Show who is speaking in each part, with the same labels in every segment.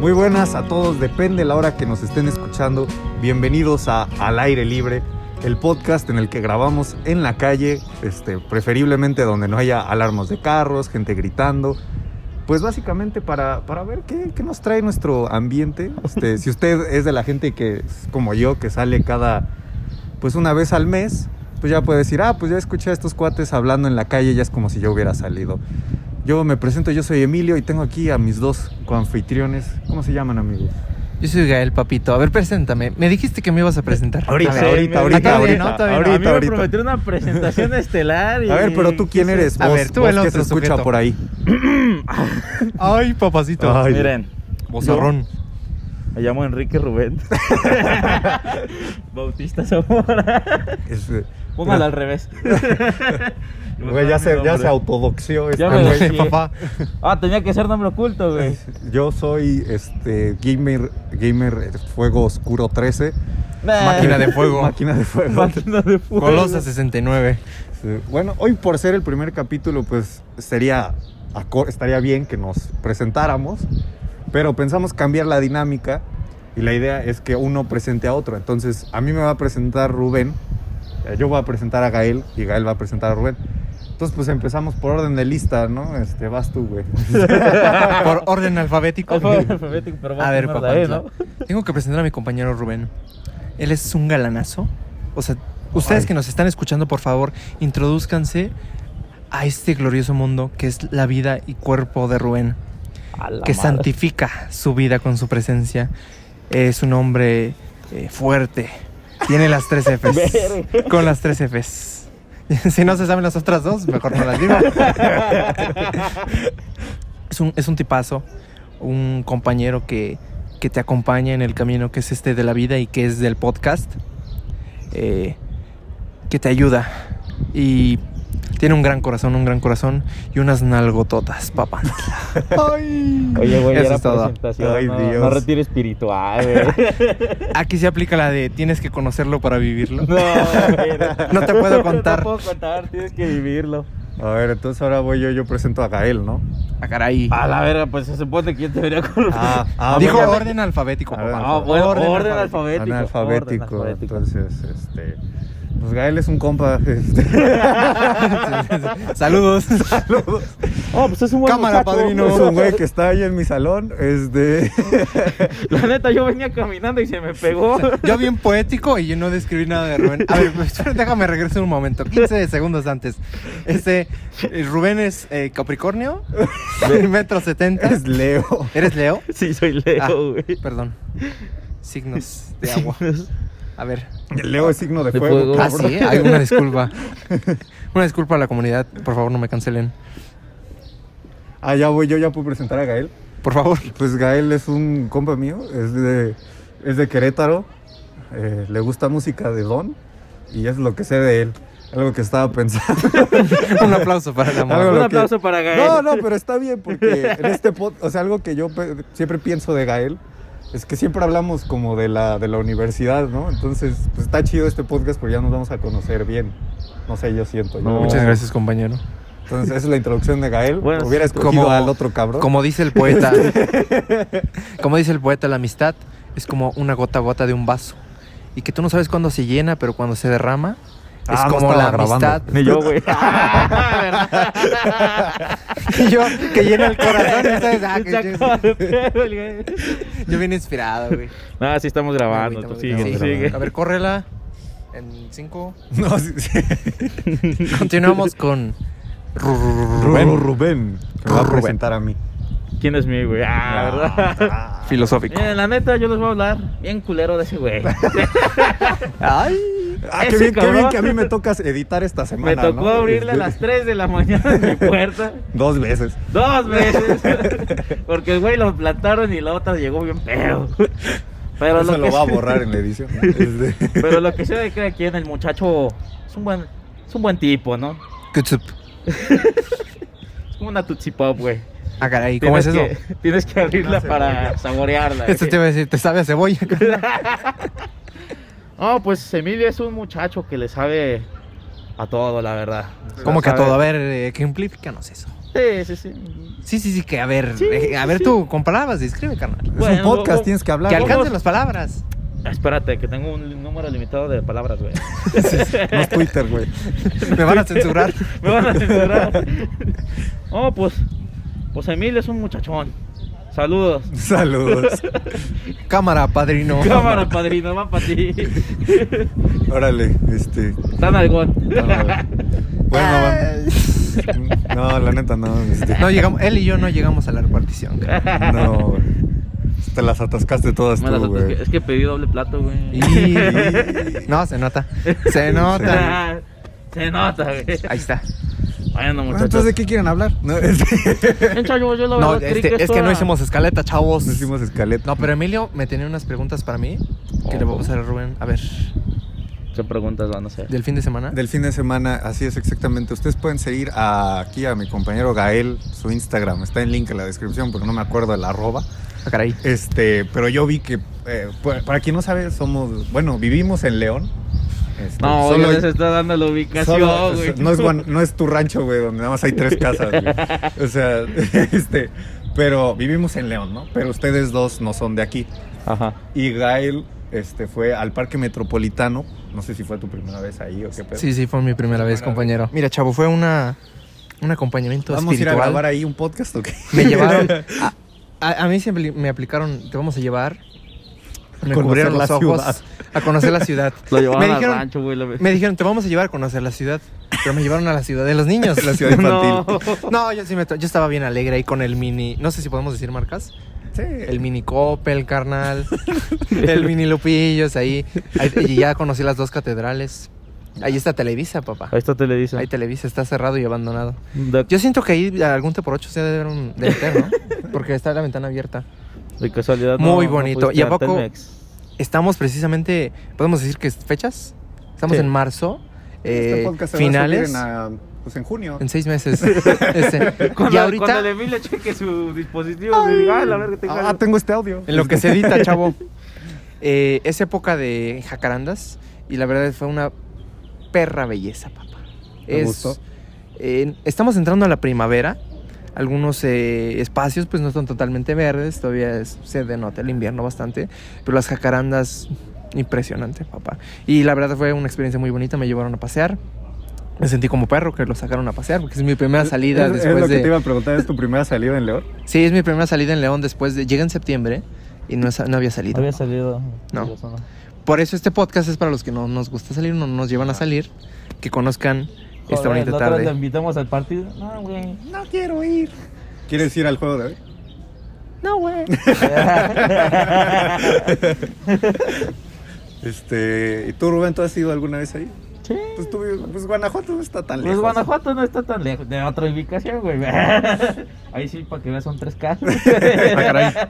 Speaker 1: Muy buenas a todos, depende la hora que nos estén escuchando. Bienvenidos a Al aire libre, el podcast en el que grabamos en la calle, este, preferiblemente donde no haya alarmas de carros, gente gritando. Pues básicamente para, para ver qué, qué nos trae nuestro ambiente. Este, si usted es de la gente que es como yo, que sale cada, pues una vez al mes, pues ya puede decir, ah, pues ya escuché a estos cuates hablando en la calle, ya es como si yo hubiera salido. Yo me presento, yo soy Emilio y tengo aquí a mis dos coanfitriones. ¿Cómo se llaman, amigos?
Speaker 2: Yo soy Gael, papito. A ver, preséntame. Me dijiste que me ibas a presentar.
Speaker 1: Ahorita,
Speaker 2: A ver,
Speaker 1: ahorita,
Speaker 2: ah,
Speaker 1: ahorita,
Speaker 2: todavía
Speaker 1: ahorita,
Speaker 2: no, todavía no.
Speaker 1: ahorita.
Speaker 3: a mí me prometieron una presentación estelar. Y...
Speaker 1: A ver, pero tú quién eres,
Speaker 2: A
Speaker 1: vos,
Speaker 2: ver, tú
Speaker 1: vos
Speaker 2: el
Speaker 1: que
Speaker 2: otro
Speaker 1: se escucha
Speaker 2: sujeto.
Speaker 1: por ahí.
Speaker 2: Ay, papacito.
Speaker 1: Ay,
Speaker 3: Miren,
Speaker 2: Bozarrón.
Speaker 3: me llamo Enrique Rubén. Bautista Zamora.
Speaker 1: Este,
Speaker 3: Póngala al revés.
Speaker 1: Güey, ya se, ya se autodoxió este
Speaker 3: Ya me
Speaker 1: güey.
Speaker 3: doxié. Ah, tenía que ser nombre oculto, güey.
Speaker 1: Yo soy este gamer gamer eh, fuego oscuro 13,
Speaker 2: Máquina de fuego.
Speaker 1: Eh. máquina de fuego.
Speaker 3: Máquina de fuego.
Speaker 2: Colosa 69.
Speaker 1: Sí. Este, Bueno, hoy por ser el primer capítulo, pues sería aco- estaría bien que nos presentáramos, pero pensamos cambiar la dinámica y la idea es que uno presente a otro. Entonces, a mí me va a presentar Rubén, eh, yo voy a presentar a Gael y Gael va a presentar a Rubén. Entonces, pues empezamos por orden de lista, ¿no? Este, vas tú, güey.
Speaker 2: Por orden alfabético.
Speaker 3: Alfabético, pero va
Speaker 2: A ver,
Speaker 3: primero
Speaker 2: papá.
Speaker 3: la E, ¿no?
Speaker 2: Tengo que presentar a mi compañero Rubén. Él es un galanazo. O sea, ustedes
Speaker 1: Ay.
Speaker 2: que nos están escuchando, por favor, introduzcanse a este glorioso mundo que es la vida y cuerpo de Rubén,
Speaker 3: A la
Speaker 2: que
Speaker 3: madre.
Speaker 2: santifica su vida con su presencia. Es un hombre eh, fuerte. Tiene las tres Fs.
Speaker 3: Verga.
Speaker 2: con las tres Fs. si no se saben las otras dos, mejor no las digo. es, un, es un tipazo, un compañero que, que te acompaña en el camino que es este de la vida y que es del podcast, eh, que te ayuda. Y tiene un gran corazón, un gran corazón y unas nalgototas, papá.
Speaker 3: Oye, güey,
Speaker 2: Eso
Speaker 3: era
Speaker 2: es todo.
Speaker 3: presentación.
Speaker 1: Ay,
Speaker 3: no,
Speaker 1: Dios.
Speaker 3: no retiro espiritual, güey.
Speaker 2: Aquí se aplica la de tienes que conocerlo para vivirlo.
Speaker 3: No, güey.
Speaker 2: No te puedo contar.
Speaker 3: No te puedo contar, tienes que vivirlo.
Speaker 1: A ver, entonces ahora voy yo, yo presento a Gael, ¿no?
Speaker 2: Ah, caray.
Speaker 3: A la verga, pues se supone que yo te debería con
Speaker 1: Ah, ah,
Speaker 2: Dijo
Speaker 1: bueno,
Speaker 2: orden alfabético,
Speaker 1: A ver,
Speaker 2: papá.
Speaker 3: Ah, bueno, orden, alfabético.
Speaker 1: analfabético.
Speaker 3: orden alfabético.
Speaker 1: Entonces, este, pues Gael es un compa. este.
Speaker 2: Saludos.
Speaker 3: Oh, pues es un buen
Speaker 2: Cámara,
Speaker 3: muchacho. pues,
Speaker 2: padrino.
Speaker 1: Es un güey que está ahí en mi salón. Este.
Speaker 3: La neta, yo venía caminando y se me pegó.
Speaker 2: Yo bien poético y yo no describí nada de Rubén. A ver, pues, déjame regresar un momento. 15 segundos antes. Este, eh, Rubén es eh, Capricornio, metro 70.
Speaker 1: es Leo.
Speaker 2: ¿Eres Leo?
Speaker 3: Sí, soy
Speaker 2: Ah,
Speaker 3: Leo, güey.
Speaker 2: perdón. Signos de agua. A ver.
Speaker 1: Leo es signo de
Speaker 3: De
Speaker 1: fuego.
Speaker 3: fuego.
Speaker 2: Ah,
Speaker 1: cabrón.
Speaker 2: sí, hay una disculpa. Una disculpa a la comunidad. Por favor, no me cancelen.
Speaker 1: Ah, ya voy, yo ya puedo presentar a Gael.
Speaker 2: Por favor.
Speaker 1: Pues Gael es un compa mío, es de, es de Querétaro, eh, le gusta música de Don y es lo que sé de él. Algo que estaba pensando.
Speaker 2: Un aplauso para el
Speaker 1: Algo
Speaker 2: amor.
Speaker 1: lo
Speaker 3: Un
Speaker 1: que-
Speaker 3: aplauso para Gael.
Speaker 1: No, pues, no, pero está bien porque en este podcast, o sea, algo que yo pe- siempre pienso de Gael es que siempre hablamos como de la, de la universidad, ¿no? Entonces, pues está chido este podcast porque ya nos vamos a conocer bien. No sé, yo siento. yo-
Speaker 3: No.
Speaker 2: Muchas gracias, compañero.
Speaker 1: Entonces, esa es la introducción de Gael.
Speaker 3: Bueno,
Speaker 1: Hubiera
Speaker 3: sí,
Speaker 1: escogido
Speaker 2: como-
Speaker 1: al otro cabrón.
Speaker 2: Como dice el poeta, como dice el poeta, la amistad es como una gota a gota de un vaso. Y que tú no sabes cuándo se llena, pero cuando se derrama, es
Speaker 1: Ah, no
Speaker 2: como
Speaker 1: estaba
Speaker 2: la
Speaker 1: grabando.
Speaker 2: amistad.
Speaker 3: Ni yo, güey.
Speaker 2: Y yo, que llena el corazón. ustedes, ah, que
Speaker 3: Se
Speaker 2: yo-
Speaker 3: acaba de pegar el Gael.
Speaker 2: yo bien inspirado, güey.
Speaker 3: No, Ah, sí estamos grabando.
Speaker 2: Ahorita
Speaker 3: Tú
Speaker 2: voy
Speaker 3: sigue,
Speaker 2: grabando.
Speaker 3: tú
Speaker 2: Sí.
Speaker 3: sigue.
Speaker 2: A ver, córrela. En cinco.
Speaker 1: No, sí, sí.
Speaker 2: Continuamos con
Speaker 1: Rubén. Rubén. Me va a
Speaker 2: Rubén.
Speaker 1: presentar a mí.
Speaker 3: ¿Quién es mi, güey? Ah, ¿verdad?
Speaker 1: Ah,
Speaker 2: filosófico.
Speaker 3: Miren, la neta, yo les voy a hablar bien culero de ese güey.
Speaker 2: Ay.
Speaker 1: ah, qué,
Speaker 3: Ese
Speaker 1: bien, qué bien
Speaker 3: cabrón.
Speaker 1: que a mí me tocas editar esta
Speaker 3: Me
Speaker 1: semana.
Speaker 3: tocó
Speaker 1: ¿no? Este.
Speaker 3: abrirle a las 3 de la mañana en mi puerta.
Speaker 1: Dos veces.
Speaker 3: Dos veces. Porque el güey lo plantaron y la otra llegó bien feo. Pero
Speaker 1: Eso lo
Speaker 3: que
Speaker 1: va a
Speaker 3: sé-
Speaker 1: borrar en la edición. ¿no? Este-
Speaker 3: Pero lo que sea de cada quien, el muchacho es un buen, es un buen tipo, ¿no?
Speaker 2: Kutsup.
Speaker 3: Es como una Tootsie Pop, güey.
Speaker 2: Ah, caray, ¿cómo es eso?
Speaker 3: Tienes que- tienes que abrirla
Speaker 1: Una
Speaker 3: para saborearla.
Speaker 1: Este
Speaker 2: Esto
Speaker 3: güey.
Speaker 2: te iba a decir, te sabe a cebolla.
Speaker 3: No, pues Emilio es un muchacho que le sabe a todo, la verdad.
Speaker 2: ¿Cómo que a
Speaker 3: Sabe-
Speaker 2: todo? A ver, eh, ejemplifícanos eso.
Speaker 3: Sí, sí, sí.
Speaker 2: Sí, sí, sí, que a ver,
Speaker 3: Sí,
Speaker 2: eh, a ver
Speaker 3: sí.
Speaker 2: tú, con palabras, describe, carnal.
Speaker 1: es
Speaker 3: Bueno,
Speaker 1: un podcast,
Speaker 3: luego-
Speaker 1: tienes que hablar.
Speaker 2: Que
Speaker 1: ¿no?
Speaker 3: alcance-
Speaker 2: alcancen las palabras.
Speaker 3: Espérate, que tengo un número limitado de palabras, güey.
Speaker 1: Este, No es Twitter, güey.
Speaker 2: Me van a censurar.
Speaker 3: Me van a censurar. Oh, pues. Pues Emil es un muchachón. Saludos.
Speaker 1: Saludos.
Speaker 2: Cámara, padrino.
Speaker 3: Cámara, padrino, va para ti.
Speaker 1: Órale, este.
Speaker 3: Tan algón.
Speaker 1: Bueno, va. No, la neta, no. Este,
Speaker 2: No llegamos, él y yo no llegamos a la repartición. carnal.
Speaker 1: no, güey. Te las atascaste todas
Speaker 3: Malas
Speaker 1: tú,
Speaker 3: otras que-
Speaker 1: güey.
Speaker 3: es que pedí doble plato, güey.
Speaker 2: Y... No, se nota. Se nota.
Speaker 3: Ah, Se nota, güey.
Speaker 2: Ahí está.
Speaker 3: Bueno,
Speaker 1: Bueno,
Speaker 3: muchachos.
Speaker 1: Ah, entonces, ¿de qué quieren hablar? No, este,
Speaker 3: Muchachos, yo la
Speaker 2: No,
Speaker 3: verdad creí
Speaker 2: este, es
Speaker 3: esto
Speaker 2: que no
Speaker 3: era-
Speaker 2: hicimos escaleta, chavos.
Speaker 1: no hicimos escaleta.
Speaker 2: No, pero Emilio me tenía unas preguntas para mí que le voy a pasar a Rubén. A ver,
Speaker 3: ¿Qué preguntas van a hacer?
Speaker 2: del fin de semana.
Speaker 1: Del fin de semana, así es exactamente. Ustedes pueden seguir a- aquí a mi compañero Gael, su Instagram. Está en link en la descripción, porque no me acuerdo el arroba.
Speaker 2: Ah, caray.
Speaker 1: Este, pero yo vi que, eh, pa- para quien no sabe, somos, bueno, vivimos en León. Este,
Speaker 3: No,
Speaker 1: solo-
Speaker 3: solo se está dando la ubicación,
Speaker 1: solo-
Speaker 3: güey.
Speaker 1: no, es, guan- no es tu rancho, güey, donde nada más hay tres casas. güey. O sea, este, pero vivimos en León, ¿no? Pero ustedes dos no son de aquí.
Speaker 3: Ajá.
Speaker 1: Y Gael este, fue al Parque Metropolitano. No sé si fue tu primera vez ahí o qué pedo.
Speaker 2: Sí, sí, fue mi primera vez, compañero. Mira, chavo, fue una, un acompañamiento
Speaker 1: ¿Vamos a ir a
Speaker 2: espiritual.
Speaker 1: grabar ahí un podcast o qué?
Speaker 2: Me llevaron. A, a- a mí siempre me aplicaron, te vamos a llevar. Me
Speaker 1: Conocer
Speaker 2: cubrieron los
Speaker 1: la
Speaker 2: ojos
Speaker 1: ciudad.
Speaker 2: a conocer la ciudad.
Speaker 3: Lo llevaban
Speaker 2: me,
Speaker 3: al
Speaker 2: dijeron,
Speaker 3: rancho, güey. lo ve-
Speaker 2: me dijeron, te vamos a llevar a conocer la ciudad. Pero me llevaron a la ciudad de los niños.
Speaker 1: La ciudad infantil.
Speaker 3: No.
Speaker 2: No, yo sí me to- yo estaba bien alegre ahí con el mini, no sé si podemos decir marcas,
Speaker 1: Sí.
Speaker 2: el mini Coppel, carnal, el mini Lupillos ahí, Ahí- y ya conocí las dos catedrales. Ahí está Televisa, papá.
Speaker 3: Ahí está Televisa.
Speaker 2: Ahí Televisa está cerrado y abandonado.
Speaker 3: De,
Speaker 2: Yo siento que ahí algún te por ocho se debe haber un de meter, ¿no? Porque está la ventana abierta.
Speaker 3: de casualidad.
Speaker 2: Muy
Speaker 3: no- no
Speaker 2: bonito.
Speaker 3: fuiste
Speaker 2: ¿Y a
Speaker 3: al
Speaker 2: poco-
Speaker 3: Telmex.
Speaker 2: Estamos precisamente, podemos decir que es fechas. Estamos
Speaker 3: Sí.
Speaker 2: en marzo,
Speaker 1: Este
Speaker 2: eh,
Speaker 1: podcast se va a
Speaker 2: finales.
Speaker 1: subir en, ah, pues en junio.
Speaker 2: En seis meses. Este,
Speaker 3: Cuando,
Speaker 2: Y ahorita,
Speaker 3: cuando el Emilio cheque su dispositivo, y diga, "Ay, la verga, tengo
Speaker 1: Ah,
Speaker 3: algo".
Speaker 1: tengo este audio.
Speaker 2: En lo que se edita, chavo. Eh, es época de jacarandas y la verdad fue una perra belleza, papá.
Speaker 1: Me
Speaker 2: Es-
Speaker 1: gustó.
Speaker 2: eh, estamos entrando a la primavera. Algunos eh, espacios pues no están totalmente verdes, todavía es- se denota el invierno bastante, pero las jacarandas, impresionante, papá. Y la verdad fue una experiencia muy bonita, me llevaron a pasear. Me sentí como perro que lo sacaron a pasear, porque es mi primera salida
Speaker 1: Es- es,
Speaker 2: después
Speaker 1: lo que
Speaker 2: de...
Speaker 1: te iba a preguntar, ¿es tu primera salida en León?
Speaker 2: Sí, es mi primera salida en León después de... Llega en septiembre y no, es- no había salido.
Speaker 3: Había salido.
Speaker 2: No. Por eso este podcast es para los que no nos gusta salir, no nos llevan a salir, que conozcan esta bonita
Speaker 3: Lo
Speaker 2: tarde.
Speaker 3: invitamos al partido. No, güey.
Speaker 1: No quiero ir. ¿Quieres ir al juego de hoy?
Speaker 2: No, güey.
Speaker 1: Este, ¿y tú Rubén, tú has ido alguna vez ahí?
Speaker 3: Sí.
Speaker 1: Pues tú, pues Guanajuato no está tan
Speaker 3: Pues
Speaker 1: lejos.
Speaker 3: Guanajuato no está tan lejos. De otra ubicación, güey. Ahí sí, para que veas, son tres casas.
Speaker 2: Ah,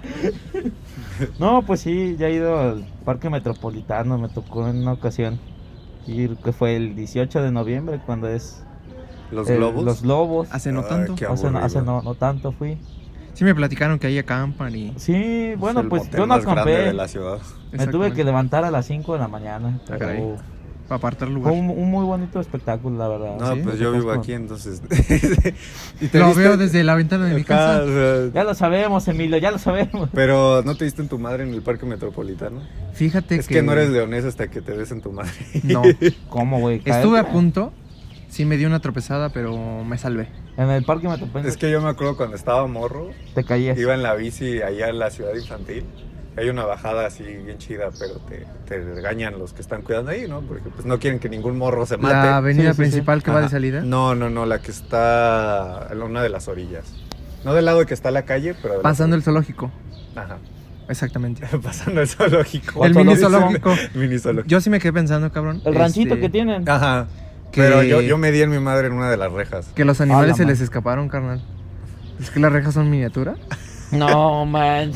Speaker 3: No, pues sí, ya he ido al Parque Metropolitano. Me tocó en una ocasión ir, que fue el 18 de noviembre, cuando es.
Speaker 1: Los
Speaker 3: eh,
Speaker 1: globos.
Speaker 3: Los globos.
Speaker 2: Hace
Speaker 1: no
Speaker 2: no
Speaker 1: Ay, tanto.
Speaker 2: tanto.
Speaker 1: qué-
Speaker 3: Hace, no-
Speaker 1: aburrido.
Speaker 3: hace no, no tanto fui.
Speaker 2: Sí me platicaron que ahí acampan y...
Speaker 3: Sí,
Speaker 1: Es
Speaker 3: bueno,
Speaker 1: el
Speaker 3: pues
Speaker 1: motel
Speaker 3: yo no
Speaker 1: más grande
Speaker 3: acampé.
Speaker 1: de la ciudad.
Speaker 3: Me tuve que levantar a las 5 de la mañana.
Speaker 2: Ah, caray.
Speaker 3: pero
Speaker 2: Para apartar
Speaker 3: Fue un, un muy bonito espectáculo, la verdad.
Speaker 1: No,
Speaker 2: ¿Sí?
Speaker 1: pues yo
Speaker 3: Ah, Estás
Speaker 1: vivo
Speaker 3: con-
Speaker 1: aquí, entonces. ¿Y te
Speaker 2: Lo
Speaker 1: diste-
Speaker 2: veo desde la ventana de mi
Speaker 1: Ajá,
Speaker 2: casa.
Speaker 1: o sea,
Speaker 3: Ya lo sabemos, Emilio, ya lo sabemos.
Speaker 1: Pero no te diste en tu madre en el Parque Metropolitano.
Speaker 2: Fíjate
Speaker 1: Es que no eres leonés hasta que te des en tu madre.
Speaker 2: No.
Speaker 3: ¿Cómo, güey?
Speaker 2: Estuve a
Speaker 3: Caer-
Speaker 2: punto. Sí me dio una tropezada, pero me salvé.
Speaker 3: En el parque metropolitano
Speaker 1: Es que yo me acuerdo cuando estaba morro,
Speaker 3: te caías.
Speaker 1: iba en la bici allá en la ciudad infantil. Hay una bajada así bien chida, pero te, te regañan los que están cuidando ahí, ¿no? Porque pues no quieren que ningún morro se mate.
Speaker 2: La avenida
Speaker 3: Sí, sí, sí.
Speaker 2: principal que va de
Speaker 1: Ajá.
Speaker 2: salida.
Speaker 1: No, no, no, la que está en una de las orillas. No del lado de que está la calle, pero... de la
Speaker 2: Pasando el zoológico.
Speaker 1: orilla. Ajá.
Speaker 2: Exactamente.
Speaker 1: Pasando el zoológico.
Speaker 2: El mini
Speaker 1: Zoológico.
Speaker 2: zoológico.
Speaker 1: Mini zoológico.
Speaker 2: Yo sí me quedé pensando, cabrón.
Speaker 3: El ranchito
Speaker 2: este,
Speaker 3: que tienen.
Speaker 1: Ajá. Pero yo, yo me di en mi madre en una de las rejas.
Speaker 2: Que los
Speaker 3: A la
Speaker 2: animales se
Speaker 3: madre.
Speaker 2: les escaparon, carnal. Es que las rejas son miniatura.
Speaker 3: No, man.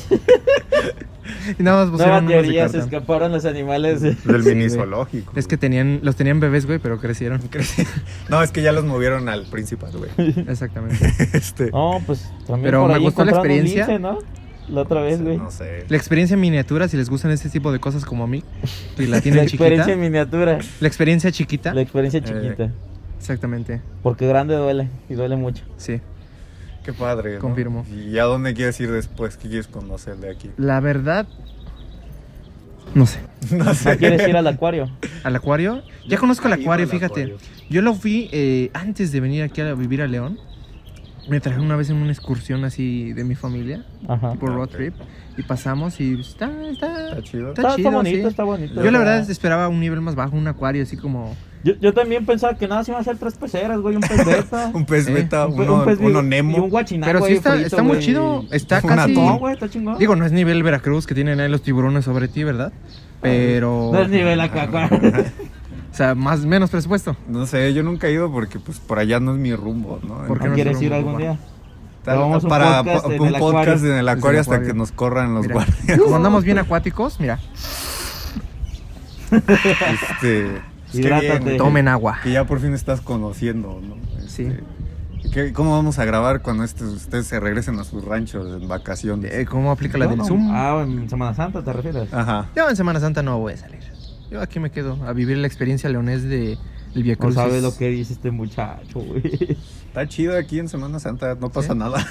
Speaker 2: Y nada más
Speaker 3: Nueva
Speaker 2: pusieron unos de
Speaker 3: teoría, se
Speaker 2: cartón.
Speaker 3: escaparon los animales.
Speaker 1: Del
Speaker 2: Sí,
Speaker 1: mini
Speaker 2: güey.
Speaker 1: zoológico.
Speaker 2: Es que tenían, los tenían bebés, güey, pero crecieron.
Speaker 1: No, es que ya los movieron al principal, güey.
Speaker 2: Exactamente.
Speaker 1: Este...
Speaker 2: Ah,
Speaker 3: No, pues también
Speaker 2: Pero
Speaker 3: por
Speaker 2: me
Speaker 3: ahí
Speaker 2: gustó la
Speaker 3: encontraron un
Speaker 2: experiencia.
Speaker 3: lince, ¿no? La otra vez, güey.
Speaker 1: No sé.
Speaker 2: La experiencia en miniatura, si les gustan este tipo de cosas como a mí, que la
Speaker 3: La
Speaker 2: tienen
Speaker 3: experiencia
Speaker 2: chiquita.
Speaker 3: en miniatura.
Speaker 2: La experiencia chiquita.
Speaker 3: La experiencia
Speaker 1: Eh.
Speaker 3: chiquita.
Speaker 2: Exactamente.
Speaker 3: Porque grande duele y duele mucho.
Speaker 2: Sí.
Speaker 1: Qué padre. ¿no?
Speaker 2: Confirmo.
Speaker 1: ¿Y a dónde quieres ir después? ¿Qué quieres conocer de aquí?
Speaker 2: La verdad, no sé.
Speaker 1: No sé.
Speaker 3: ¿Quieres ir al acuario?
Speaker 2: ¿Al acuario? Ya conozco el
Speaker 1: He ido
Speaker 2: acuario,
Speaker 1: al
Speaker 2: fíjate.
Speaker 1: acuario.
Speaker 2: Yo lo fui eh, antes de venir aquí a vivir a León. Me trajeron una vez en una excursión así de mi familia,
Speaker 3: Ajá.
Speaker 2: por road
Speaker 1: Ok.
Speaker 2: trip, y pasamos y está, está,
Speaker 1: Está chido.
Speaker 2: está
Speaker 3: Está, está
Speaker 2: chido,
Speaker 3: bonito,
Speaker 2: sí.
Speaker 3: está bonito.
Speaker 2: Yo la
Speaker 3: o sea,
Speaker 2: verdad esperaba un nivel más bajo, un acuario así como...
Speaker 3: Yo, yo también pensaba que nada, se iban a hacer tres peceras, güey, un pez beta.
Speaker 1: Un pez
Speaker 2: Sí.
Speaker 1: beta,
Speaker 3: un pe-
Speaker 1: uno,
Speaker 3: un pez
Speaker 1: uno
Speaker 3: vi-
Speaker 1: Nemo.
Speaker 3: Y un guachinaco
Speaker 2: Pero sí
Speaker 3: ahí
Speaker 2: está,
Speaker 3: frito,
Speaker 2: está muy
Speaker 3: güey.
Speaker 2: chido, está
Speaker 1: Un
Speaker 2: casi...
Speaker 3: No,
Speaker 1: atún.
Speaker 3: güey, está chingón.
Speaker 2: Digo, no es nivel Veracruz que tienen ahí los tiburones sobre ti, ¿verdad? Pero...
Speaker 3: No es nivel acá,
Speaker 2: ah,
Speaker 3: acá.
Speaker 2: O sea, más menos presupuesto.
Speaker 1: No sé, yo nunca he ido porque pues por allá no es mi rumbo, ¿no?
Speaker 2: ¿Por qué no
Speaker 3: ¿Quieres
Speaker 2: se
Speaker 3: ir
Speaker 2: lo
Speaker 3: algún
Speaker 2: ocupan?
Speaker 3: día? Grabamos un
Speaker 1: para
Speaker 3: podcast
Speaker 1: pa-
Speaker 3: en
Speaker 1: un
Speaker 3: el
Speaker 1: podcast
Speaker 3: acuario.
Speaker 1: en el acuario hasta
Speaker 2: acuario.
Speaker 1: que nos corran los
Speaker 2: Mira,
Speaker 1: guardias.
Speaker 2: como andamos bien acuáticos, mira,
Speaker 1: Este, pues, qué
Speaker 3: Hidrátate.
Speaker 1: bien,
Speaker 2: tomen agua.
Speaker 1: Que ya por fin estás conociendo, ¿no? Este,
Speaker 2: Sí.
Speaker 1: ¿qué- ¿Cómo vamos a grabar cuando este- ustedes se regresen a sus ranchos en vacaciones?
Speaker 2: Eh, ¿Cómo aplica la
Speaker 3: Yo
Speaker 2: del
Speaker 3: no.
Speaker 2: Zoom? Ah,
Speaker 3: Ah, en Semana Santa te refieres.
Speaker 1: Ajá.
Speaker 2: Yo en Semana Santa no voy a salir. Yo aquí me quedo a vivir la experiencia leonés de el Via
Speaker 3: No
Speaker 2: Crucis.
Speaker 3: sabe lo que dice este muchacho, güey.
Speaker 1: Está chido aquí en Semana Santa, no pasa
Speaker 2: Sí.
Speaker 1: nada.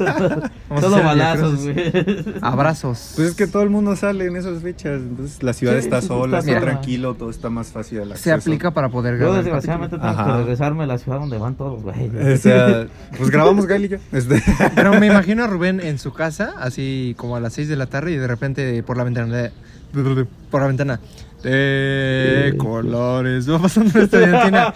Speaker 2: Vamos a
Speaker 3: Solo
Speaker 2: hacer Via
Speaker 3: balazos,
Speaker 2: Crucis.
Speaker 3: güey.
Speaker 2: Abrazos.
Speaker 1: Pues es que todo el mundo sale en esas fechas, entonces la ciudad
Speaker 3: Sí,
Speaker 1: está
Speaker 3: sí,
Speaker 1: sola,
Speaker 3: está
Speaker 1: está
Speaker 3: sola.
Speaker 1: tranquilo, todo está más fácil el acceso.
Speaker 2: se aplica para poder
Speaker 3: Yo
Speaker 2: grabar. el
Speaker 3: desgraciadamente tengo
Speaker 1: Ajá.
Speaker 3: que regresarme a la ciudad donde van todos, güey.
Speaker 1: O sea, pues grabamos Gael y yo. Este.
Speaker 2: capítulo. Pero me imagino a Rubén en su casa, así como a las 6 de la tarde y de repente por la ventana de- por la ventana de
Speaker 3: Sí.
Speaker 2: colores va pasando la estudiantina.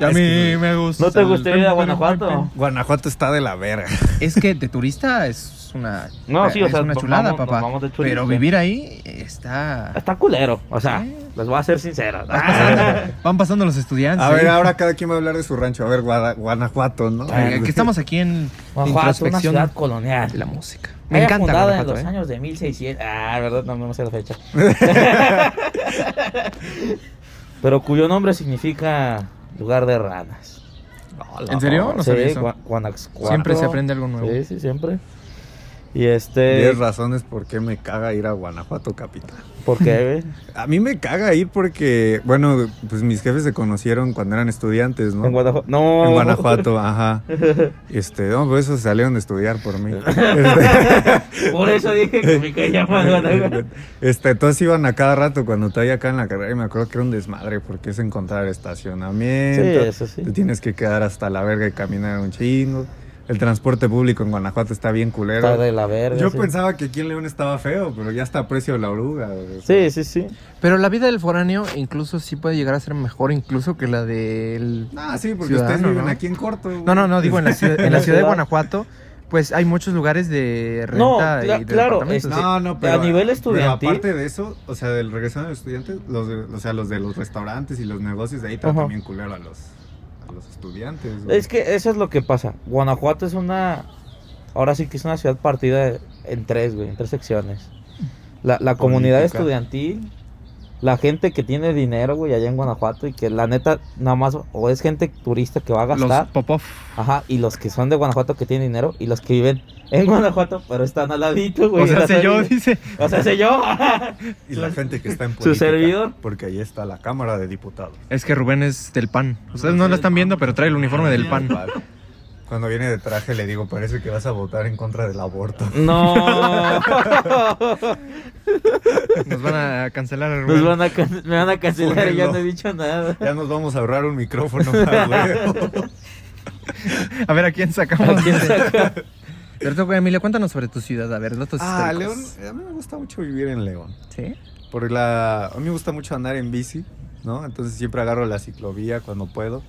Speaker 2: Y a
Speaker 1: es
Speaker 2: mí
Speaker 1: que-
Speaker 2: me gusta.
Speaker 3: ¿No te
Speaker 2: el-
Speaker 3: gustaría ir a Guanajuato?
Speaker 1: Guanajuato está de la verga.
Speaker 2: Es que de turista es una
Speaker 3: No, sí, o
Speaker 2: es
Speaker 3: sea,
Speaker 2: una
Speaker 3: nos
Speaker 2: chulada,
Speaker 3: vamos- nos
Speaker 2: papá.
Speaker 3: vamos de turista.
Speaker 2: Pero vivir ahí está
Speaker 3: Está culero, o sea,
Speaker 2: Sí.
Speaker 3: les voy a ser sinceras.
Speaker 2: Van pasando, van pasando los estudiantes.
Speaker 1: A ver,
Speaker 2: ¿eh?
Speaker 1: ahora cada quien va a hablar de su rancho. A ver, Guada- Guanajuato, ¿no?
Speaker 2: Ay, que estamos aquí en
Speaker 3: Guanajuato, una
Speaker 2: introspección
Speaker 3: ciudad
Speaker 2: de
Speaker 3: colonial.
Speaker 2: la música. Me
Speaker 3: Me
Speaker 2: encanta
Speaker 3: fundada en
Speaker 2: Guanajuato,
Speaker 3: los
Speaker 2: ¿eh?
Speaker 3: años de 1600. Ah, verdad, no, no me sé la fecha. Pero cuyo nombre significa lugar de ranas.
Speaker 2: ¿En serio? No
Speaker 3: Sí,
Speaker 2: sabía eso.
Speaker 3: Gua- Guanaxcuato.
Speaker 2: Siempre se aprende algo nuevo.
Speaker 3: Sí, sí, siempre. Y este.
Speaker 1: 10 razones por qué me caga ir a Guanajuato capital.
Speaker 3: ¿Por qué,
Speaker 1: A mí me caga ir porque, bueno, pues mis jefes se conocieron cuando eran estudiantes, ¿no?
Speaker 3: güey? En Guanajuato. No.
Speaker 1: En Guanajuato, ajá. Este, no, por eso salieron de estudiar por mí. Este,
Speaker 3: Por eso dije que me caía mal Guanajuato.
Speaker 1: este, todos iban a cada rato cuando estaba acá en la carrera y me acuerdo que era un desmadre porque es encontrar
Speaker 3: Sí,
Speaker 1: estacionamiento.
Speaker 3: eso sí.
Speaker 1: Te tienes que quedar hasta la verga y caminar un chingo. El transporte público en Guanajuato está bien culero.
Speaker 3: Está de la verga.
Speaker 1: Yo
Speaker 3: sí.
Speaker 1: pensaba que aquí en León estaba feo, pero ya está a precio de la oruga. güey.
Speaker 3: Sí, sí, sí.
Speaker 2: Pero la vida del foráneo incluso sí puede llegar a ser mejor incluso que la del...
Speaker 1: Ah, sí, porque
Speaker 2: Ciudadano,
Speaker 1: ustedes viven
Speaker 2: ¿no?
Speaker 1: aquí en corto. güey.
Speaker 2: No, no, no, digo en la ciudad, en la ciudad de
Speaker 3: Ciudad.
Speaker 2: Guanajuato, pues hay muchos lugares de
Speaker 3: No,
Speaker 2: renta
Speaker 3: cla-
Speaker 2: y de
Speaker 3: claro,
Speaker 2: departamentos.
Speaker 3: este-
Speaker 1: No, no, pero.
Speaker 3: A nivel
Speaker 1: pero
Speaker 3: estudiantil.
Speaker 1: aparte de eso, o sea, del regresando de los estudiantes, los de- o sea, los de los restaurantes y los negocios de ahí
Speaker 3: Ajá.
Speaker 1: tratan bien culero a los, a los estudiantes. güey.
Speaker 3: Es que eso es lo que pasa. Guanajuato es una. Ahora sí que es una ciudad partida en tres, güey, en tres secciones. La, la comunidad
Speaker 1: Política.
Speaker 3: estudiantil, la gente que tiene dinero, güey, allá en Guanajuato y que la neta nada más o es gente turista que va a gastar,
Speaker 2: Los Popov.
Speaker 3: ajá, y los que son de Guanajuato que tienen dinero y los que viven en Guanajuato pero están al ladito, güey.
Speaker 2: O sea,
Speaker 3: las
Speaker 2: sé yo,
Speaker 3: orillas.
Speaker 2: dice...
Speaker 3: O sea, sé yo.
Speaker 1: Y la gente que está en
Speaker 3: Su
Speaker 1: política.
Speaker 3: servidor.
Speaker 1: Porque ahí está la Cámara de Diputados.
Speaker 2: Es que Rubén es del PAN. Ustedes no lo están viendo, pero trae el uniforme
Speaker 3: Ah,
Speaker 2: del PAN.
Speaker 1: Cuando viene de traje le digo, parece que vas a votar en contra del aborto.
Speaker 3: No.
Speaker 2: Nos van a cancelar a
Speaker 3: Nos
Speaker 2: Rubén.
Speaker 3: Pues van a can- me van a cancelar y ya no he
Speaker 1: Ponelo.
Speaker 3: dicho nada.
Speaker 1: Ya nos vamos a ahorrar un micrófono. a huevo.
Speaker 2: A ver a quién sacamos.
Speaker 3: ¿A quién saca?
Speaker 2: Pero tú, Emilio, cuéntanos sobre tu ciudad, a ver, datos
Speaker 1: ah, León,
Speaker 2: históricos.
Speaker 1: a mí me gusta mucho vivir en León.
Speaker 2: ¿Sí?
Speaker 1: Por la, a mí me gusta mucho andar en bici, ¿no? Entonces siempre agarro la ciclovía cuando puedo.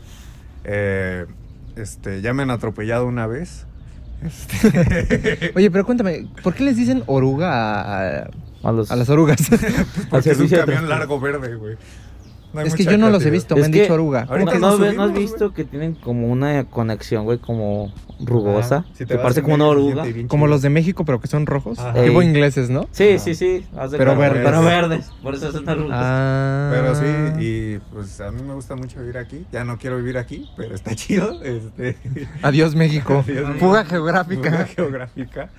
Speaker 1: Eh, este, ya me han atropellado una vez. Este,
Speaker 2: Oye, pero cuéntame, ¿por qué les dicen oruga a, a-
Speaker 3: A los-
Speaker 2: a las orugas? Ah,
Speaker 1: porque es un
Speaker 3: servicio de
Speaker 1: camión
Speaker 3: transporte.
Speaker 1: largo verde, güey. No hay
Speaker 2: es que
Speaker 1: mucha
Speaker 2: yo no los he
Speaker 1: creatividad.
Speaker 2: visto,
Speaker 3: Es
Speaker 2: me han
Speaker 3: que-
Speaker 2: dicho oruga.
Speaker 1: Ahorita
Speaker 3: no,
Speaker 1: nos
Speaker 3: no, ves- ¿no
Speaker 1: subimos,
Speaker 3: has
Speaker 1: güey.
Speaker 3: visto que tienen como una conexión, güey, como rugosa?
Speaker 1: Ajá. Ah, Si te
Speaker 3: que
Speaker 1: vas
Speaker 3: parece
Speaker 1: en
Speaker 3: como una
Speaker 1: medio, se
Speaker 3: oruga.
Speaker 1: siente bien
Speaker 2: Como
Speaker 1: chido.
Speaker 2: los de México, pero que son rojos.
Speaker 1: Ajá.
Speaker 2: Tipo
Speaker 3: Ey.
Speaker 2: ingleses, ¿no?
Speaker 3: Sí, sí, sí. haz de
Speaker 2: Pero
Speaker 3: cuenta,
Speaker 2: verdes.
Speaker 3: Pero verdes. Por eso son arrugas.
Speaker 2: Ah.
Speaker 1: Pero sí, y pues a mí me gusta mucho vivir aquí. Ya no quiero vivir aquí, pero está chido. Este,
Speaker 2: Adiós, México.
Speaker 1: Adiós, México.
Speaker 2: Fuga geográfica.
Speaker 1: Una geográfica.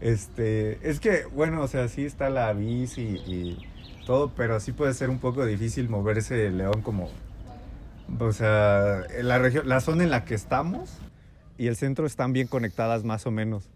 Speaker 1: Este, es que, bueno, o sea, sí está la bici y todo, pero sí puede ser un poco difícil moverse de León como, O sea, la, región, la zona en la que estamos y el centro están bien conectadas más o menos.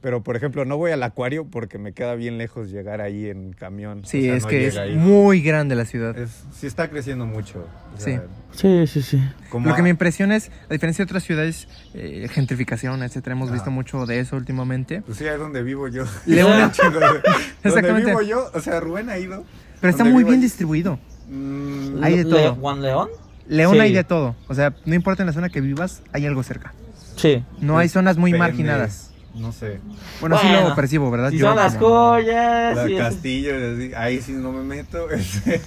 Speaker 1: Pero, por ejemplo, no voy al acuario porque me queda bien lejos llegar ahí en camión.
Speaker 2: Sí,
Speaker 1: O sea,
Speaker 2: es
Speaker 1: no
Speaker 2: que
Speaker 1: llega
Speaker 2: es
Speaker 1: ahí.
Speaker 2: muy grande la ciudad.
Speaker 1: Es- sí está creciendo mucho. O sea,
Speaker 2: Sí.
Speaker 3: Sí, sí, sí.
Speaker 1: como
Speaker 2: Lo que
Speaker 1: a-
Speaker 2: me impresiona es, a diferencia de otras ciudades, eh, gentrificación, etcétera, hemos
Speaker 1: Ah.
Speaker 2: visto mucho de eso últimamente.
Speaker 1: Pues sí, ahí es donde vivo yo.
Speaker 2: Le una-
Speaker 1: Un chingo de- donde
Speaker 2: Exactamente.
Speaker 1: vivo yo, o sea, Rubén ha ido.
Speaker 2: Pero está
Speaker 1: Donde
Speaker 2: muy
Speaker 1: vivo
Speaker 2: bien
Speaker 1: yo-
Speaker 2: distribuido.
Speaker 1: Mm,
Speaker 2: Hay de
Speaker 3: Le-
Speaker 2: todo.
Speaker 3: ¿Juan León?
Speaker 2: León
Speaker 3: Sí.
Speaker 2: hay de todo. O sea, no importa en la zona que vivas, hay algo cerca.
Speaker 3: Sí.
Speaker 2: No hay zonas muy
Speaker 1: depende,
Speaker 2: marginadas.
Speaker 1: No sé.
Speaker 2: Bueno, sí lo
Speaker 3: Bueno,
Speaker 2: percibo, ¿verdad?
Speaker 3: Si
Speaker 2: Yo
Speaker 3: son las
Speaker 2: como-
Speaker 1: La
Speaker 3: joyas. y eso.
Speaker 1: Castillo, así, ahí sí no me meto. este,